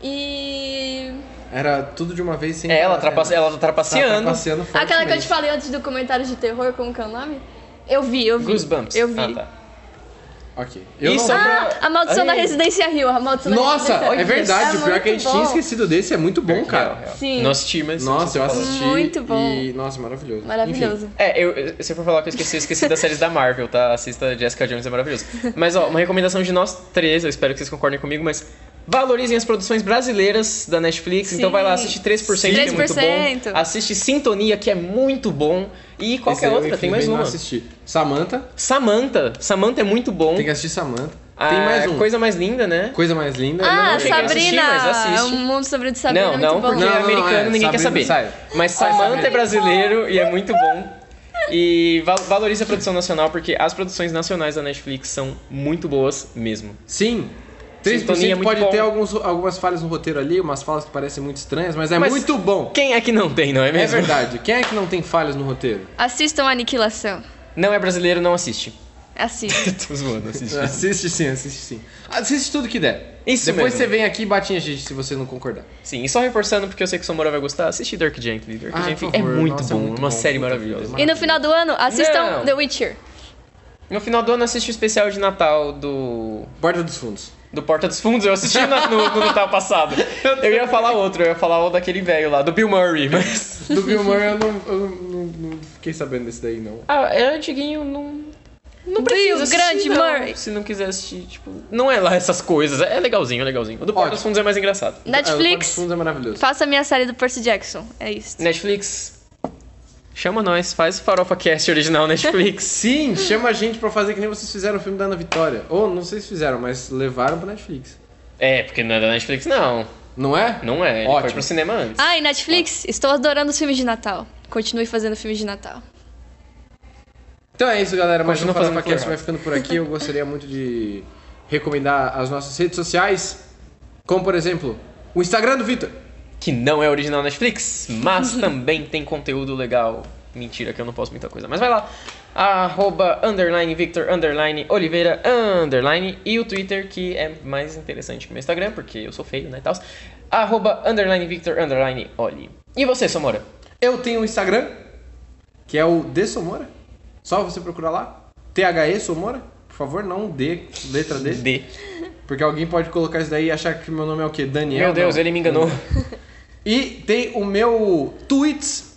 [SPEAKER 1] E.
[SPEAKER 2] Era tudo de uma vez sem.
[SPEAKER 3] É, ela, trapace... ela tá trapaceando.
[SPEAKER 2] trapaceando
[SPEAKER 1] Aquela que eu
[SPEAKER 2] fortemente.
[SPEAKER 1] te falei antes de documentários de terror, como que é o nome? Eu vi, eu vi.
[SPEAKER 3] Goosebumps.
[SPEAKER 1] Eu vi.
[SPEAKER 3] Ah, tá.
[SPEAKER 2] Ok. Eu
[SPEAKER 3] E
[SPEAKER 2] não-
[SPEAKER 3] só pra-
[SPEAKER 1] Ah, a maldição da
[SPEAKER 3] Ai.
[SPEAKER 1] Residência Rio, a maldição
[SPEAKER 2] Nossa,
[SPEAKER 1] da Residência
[SPEAKER 2] é verdade.
[SPEAKER 1] É
[SPEAKER 2] o pior que a
[SPEAKER 1] muito
[SPEAKER 2] gente tinha
[SPEAKER 1] bom.
[SPEAKER 2] esquecido desse é muito bom,
[SPEAKER 3] Real,
[SPEAKER 2] cara. tipo,
[SPEAKER 3] real.
[SPEAKER 1] Sim.
[SPEAKER 3] Nós timas.
[SPEAKER 2] Nossa, eu assisti.
[SPEAKER 1] Muito bom.
[SPEAKER 2] E, nossa, maravilhoso.
[SPEAKER 1] Maravilhoso.
[SPEAKER 3] É, eu, se eu for falar que eu esqueci, eu esqueci das séries da Marvel, tá? Assista Jessica Jones, é maravilhoso. Mas, ó, uma recomendação de nós três, eu espero que vocês concordem comigo, mas valorizem as produções brasileiras da Netflix. Então
[SPEAKER 1] Sim.
[SPEAKER 3] vai lá, assiste 3%, que é muito bom.
[SPEAKER 1] 3%.
[SPEAKER 3] Assiste Sintonia, que é muito bom. E qualquer é outra, tem mais uma.
[SPEAKER 2] Não assisti. Samantha.
[SPEAKER 3] Samantha. Samantha é muito bom.
[SPEAKER 2] Tem que assistir Samantha.
[SPEAKER 3] A
[SPEAKER 2] tem mais um. Coisa,
[SPEAKER 3] Ah, é Coisa mais linda, né?
[SPEAKER 2] mais linda. eu
[SPEAKER 1] Ah,
[SPEAKER 2] não
[SPEAKER 3] cheguei a
[SPEAKER 1] Sabrina!
[SPEAKER 2] lembro.
[SPEAKER 3] assistir, mas assiste.
[SPEAKER 1] O mundo sobre de Sabrina
[SPEAKER 3] Não,
[SPEAKER 1] é
[SPEAKER 3] não,
[SPEAKER 1] muito bom.
[SPEAKER 3] porque
[SPEAKER 2] Não,
[SPEAKER 3] é
[SPEAKER 2] não, não,
[SPEAKER 3] americano,
[SPEAKER 2] é.
[SPEAKER 3] ninguém quer saber.
[SPEAKER 2] Sabrina,
[SPEAKER 3] Mas Samantha
[SPEAKER 2] Sabrina.
[SPEAKER 3] é brasileiro e é muito bom. E val- valoriza a produção nacional, porque as produções nacionais da Netflix são muito boas mesmo.
[SPEAKER 2] Sim.
[SPEAKER 3] Sintonia
[SPEAKER 2] 3%
[SPEAKER 3] é muito
[SPEAKER 2] pode
[SPEAKER 3] bom.
[SPEAKER 2] ter alguns, algumas falhas no roteiro ali, umas falas que parecem muito estranhas, mas é
[SPEAKER 3] Mas-
[SPEAKER 2] muito bom.
[SPEAKER 3] Quem é que não tem, não é
[SPEAKER 2] É
[SPEAKER 3] mesmo?
[SPEAKER 2] verdade. Quem é que não tem falhas no roteiro?
[SPEAKER 1] Assistam Aniquilação.
[SPEAKER 3] Não é brasileiro, não assiste.
[SPEAKER 1] Assiste.
[SPEAKER 3] Tô zoando, assiste.
[SPEAKER 2] Assiste sim, assiste sim. Assiste tudo que der.
[SPEAKER 3] É. Isso
[SPEAKER 2] Depois
[SPEAKER 3] mesmo.
[SPEAKER 2] você vem aqui e bate em gente se você não concordar.
[SPEAKER 3] Sim, e só reforçando, porque eu sei que o Somora vai gostar, assiste Dirk Gently. Dirk
[SPEAKER 2] Ah,
[SPEAKER 3] Gently
[SPEAKER 2] por
[SPEAKER 3] é
[SPEAKER 2] favor.
[SPEAKER 3] muito
[SPEAKER 2] Nossa, é
[SPEAKER 3] bom, é
[SPEAKER 2] muito
[SPEAKER 3] uma
[SPEAKER 2] bom,
[SPEAKER 3] série
[SPEAKER 2] puta
[SPEAKER 3] maravilhosa.
[SPEAKER 2] vida.
[SPEAKER 1] E no final do ano, assistam
[SPEAKER 3] Não.
[SPEAKER 1] The Witcher.
[SPEAKER 3] No final do ano, eu assisti o especial de Natal do
[SPEAKER 2] Porta dos Fundos.
[SPEAKER 3] Do Porta dos Fundos, eu assisti na- no, no Natal passado. Eu ia falar outro, eu ia falar o daquele velho lá, do Bill Murray, mas.
[SPEAKER 2] Do Bill Murray eu, não, eu não- não fiquei sabendo desse daí, não.
[SPEAKER 3] Ah, é antiguinho, não. Não
[SPEAKER 1] Bill,
[SPEAKER 3] precisa assistir,
[SPEAKER 1] grande
[SPEAKER 3] não,
[SPEAKER 1] Murray.
[SPEAKER 3] Se não quiser assistir, tipo. Não é lá essas coisas, é legalzinho, é legalzinho. O do Porta dos
[SPEAKER 2] Ótimo.
[SPEAKER 3] Fundos é mais engraçado.
[SPEAKER 2] Ah, o Porta dos
[SPEAKER 1] Netflix,
[SPEAKER 2] Fundos é maravilhoso.
[SPEAKER 1] faça a minha série do Percy Jackson. É isso.
[SPEAKER 3] Netflix, chama nós, faz o Farofa Cast original Netflix.
[SPEAKER 2] Sim, chama a gente pra fazer que nem vocês fizeram o filme da Ana Vitória. Ou não sei se fizeram, mas levaram pra Netflix.
[SPEAKER 3] é, porque não é da Netflix, não.
[SPEAKER 2] Não é?
[SPEAKER 3] Não é, ele foi
[SPEAKER 2] Ótimo.
[SPEAKER 3] pro cinema antes.
[SPEAKER 1] Ai, Ah, Netflix, estou adorando os filmes de Natal. Continue fazendo filmes de Natal.
[SPEAKER 2] Então é isso, galera. Mas
[SPEAKER 3] Continua
[SPEAKER 2] o Farofa
[SPEAKER 3] fazendo
[SPEAKER 2] Cast
[SPEAKER 3] por
[SPEAKER 2] vai ficando por aqui. Eu gostaria muito de recomendar as nossas redes sociais, como por exemplo, o Instagram do Vitor.
[SPEAKER 3] que não é original Netflix, mas também tem conteúdo legal. Mentira, que eu não posso muita coisa. Mas vai lá, arroba, underline, Victor, underline, Oliveira, underline, e o Twitter, que é mais interessante que o meu Instagram, porque eu sou feio, né, e tal. Arroba, underline, Victor, underline, Oli. E você, Somora?
[SPEAKER 2] Eu tenho o Instagram, que é o D Somora. Só você procurar lá. THE Somora. Por favor, não D, letra D.
[SPEAKER 3] D.
[SPEAKER 2] Porque alguém pode colocar isso daí e achar que meu nome é o quê? Daniel.
[SPEAKER 3] Meu Deus,
[SPEAKER 2] Não.
[SPEAKER 3] ele me enganou.
[SPEAKER 2] E tem o meu tweets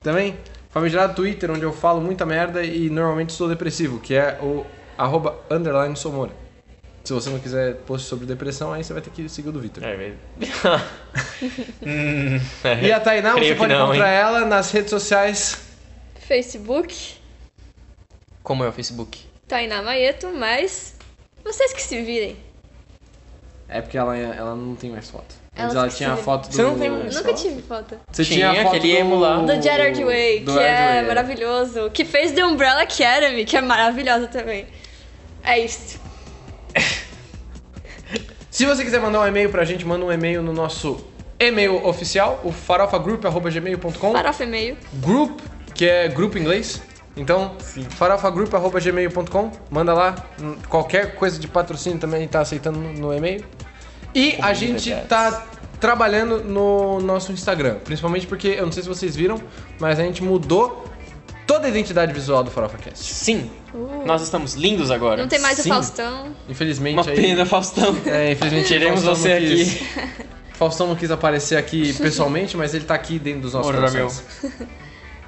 [SPEAKER 2] também, famigerado Twitter, onde eu falo muita merda e normalmente sou depressivo, que é o arroba underline somora. Se você não quiser post sobre depressão, aí você vai ter que seguir o do Vitor.
[SPEAKER 3] É, velho. Hum, é.
[SPEAKER 2] E a Tainá,
[SPEAKER 3] Creio
[SPEAKER 2] você
[SPEAKER 3] que
[SPEAKER 2] pode
[SPEAKER 3] não,
[SPEAKER 2] encontrar
[SPEAKER 3] hein?
[SPEAKER 2] ela nas redes sociais.
[SPEAKER 1] Facebook,
[SPEAKER 3] Como é o Facebook?
[SPEAKER 1] Tainá Maieto, mas vocês que se virem.
[SPEAKER 2] É porque ela, ela não tem mais foto.
[SPEAKER 1] Ela
[SPEAKER 2] Antes ela
[SPEAKER 1] se
[SPEAKER 2] tinha a
[SPEAKER 1] escreveu.
[SPEAKER 2] foto do...
[SPEAKER 3] Você não tem mais?
[SPEAKER 1] Nunca
[SPEAKER 3] Só.
[SPEAKER 1] tive foto.
[SPEAKER 2] Você tinha,
[SPEAKER 3] Tinha
[SPEAKER 2] a foto
[SPEAKER 3] aquele emo lá.
[SPEAKER 2] do...
[SPEAKER 1] Do Gerard Way,
[SPEAKER 2] do
[SPEAKER 1] que
[SPEAKER 2] Gerard
[SPEAKER 1] é
[SPEAKER 2] Way,
[SPEAKER 1] maravilhoso. Que fez The Umbrella Academy, que é maravilhosa também. É isso.
[SPEAKER 2] Se você quiser mandar um e-mail pra gente, manda um e-mail no nosso e-mail oficial, o farofagroup.gmail.com.
[SPEAKER 1] Farofa e-mail.
[SPEAKER 2] group, que é grupo em inglês. Então, farofagroup.gmail.com, manda lá. Hum, Qualquer coisa de patrocínio também tá aceitando no- no e-mail. E a gente tá trabalhando no nosso Instagram, principalmente porque eu não sei se vocês viram, mas a gente mudou toda a identidade visual do FarofaCast.
[SPEAKER 3] Sim, nós estamos lindos agora.
[SPEAKER 1] Uh. Não tem mais
[SPEAKER 2] Sim.
[SPEAKER 1] o Faustão.
[SPEAKER 2] Infelizmente
[SPEAKER 3] Uma
[SPEAKER 2] aí-
[SPEAKER 3] pena, Faustão.
[SPEAKER 2] É, infelizmente
[SPEAKER 3] Tiremos
[SPEAKER 2] Faustão
[SPEAKER 3] você
[SPEAKER 2] não quis-
[SPEAKER 3] aqui.
[SPEAKER 2] Faustão não quis aparecer aqui pessoalmente, mas ele tá aqui dentro dos nossos
[SPEAKER 3] Porra,
[SPEAKER 2] corações.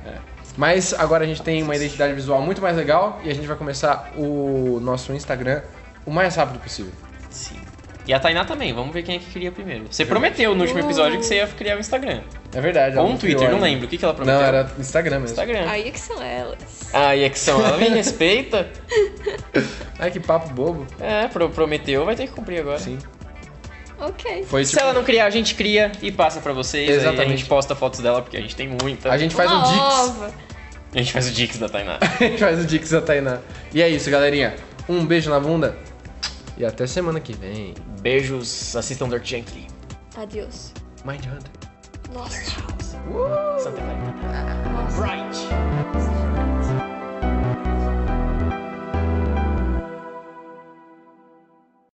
[SPEAKER 2] É. Mas agora a gente tem uma identidade visual muito mais legal e a gente vai começar o nosso Instagram o mais rápido possível.
[SPEAKER 3] Sim. E a Tainá também, vamos ver quem é que cria primeiro. Você prometeu no último
[SPEAKER 1] Uh.
[SPEAKER 3] episódio que você ia criar um Instagram.
[SPEAKER 2] É verdade. ela
[SPEAKER 3] Ou um
[SPEAKER 2] criou
[SPEAKER 3] Twitter, não
[SPEAKER 2] ainda.
[SPEAKER 3] lembro. O que, que ela prometeu?
[SPEAKER 2] Não, era Instagram mesmo.
[SPEAKER 3] Instagram.
[SPEAKER 1] Aí é que são elas.
[SPEAKER 3] Ah, e é que são, ela me respeita.
[SPEAKER 2] Ai, que papo bobo.
[SPEAKER 3] É, pro- prometeu, vai ter que cumprir agora.
[SPEAKER 2] Sim.
[SPEAKER 1] Ok.
[SPEAKER 2] Foi
[SPEAKER 3] Se
[SPEAKER 2] tipo-
[SPEAKER 3] ela não criar, a gente cria e passa pra vocês. aí a
[SPEAKER 2] Exatamente.
[SPEAKER 3] gente posta fotos dela, porque a gente tem muita.
[SPEAKER 2] A gente faz
[SPEAKER 1] Uma
[SPEAKER 2] um Dix.
[SPEAKER 1] ova.
[SPEAKER 3] A gente faz o Dix da Tainá.
[SPEAKER 2] A gente faz o Dix da Tainá. E é isso, galerinha. Um beijo na bunda e até semana que vem.
[SPEAKER 3] Beijos, assistam Dark Gently.
[SPEAKER 1] Adeus.
[SPEAKER 2] Mindhunter.
[SPEAKER 1] Nossa.
[SPEAKER 3] Santa Tainá.
[SPEAKER 1] Nossa.
[SPEAKER 3] Bright.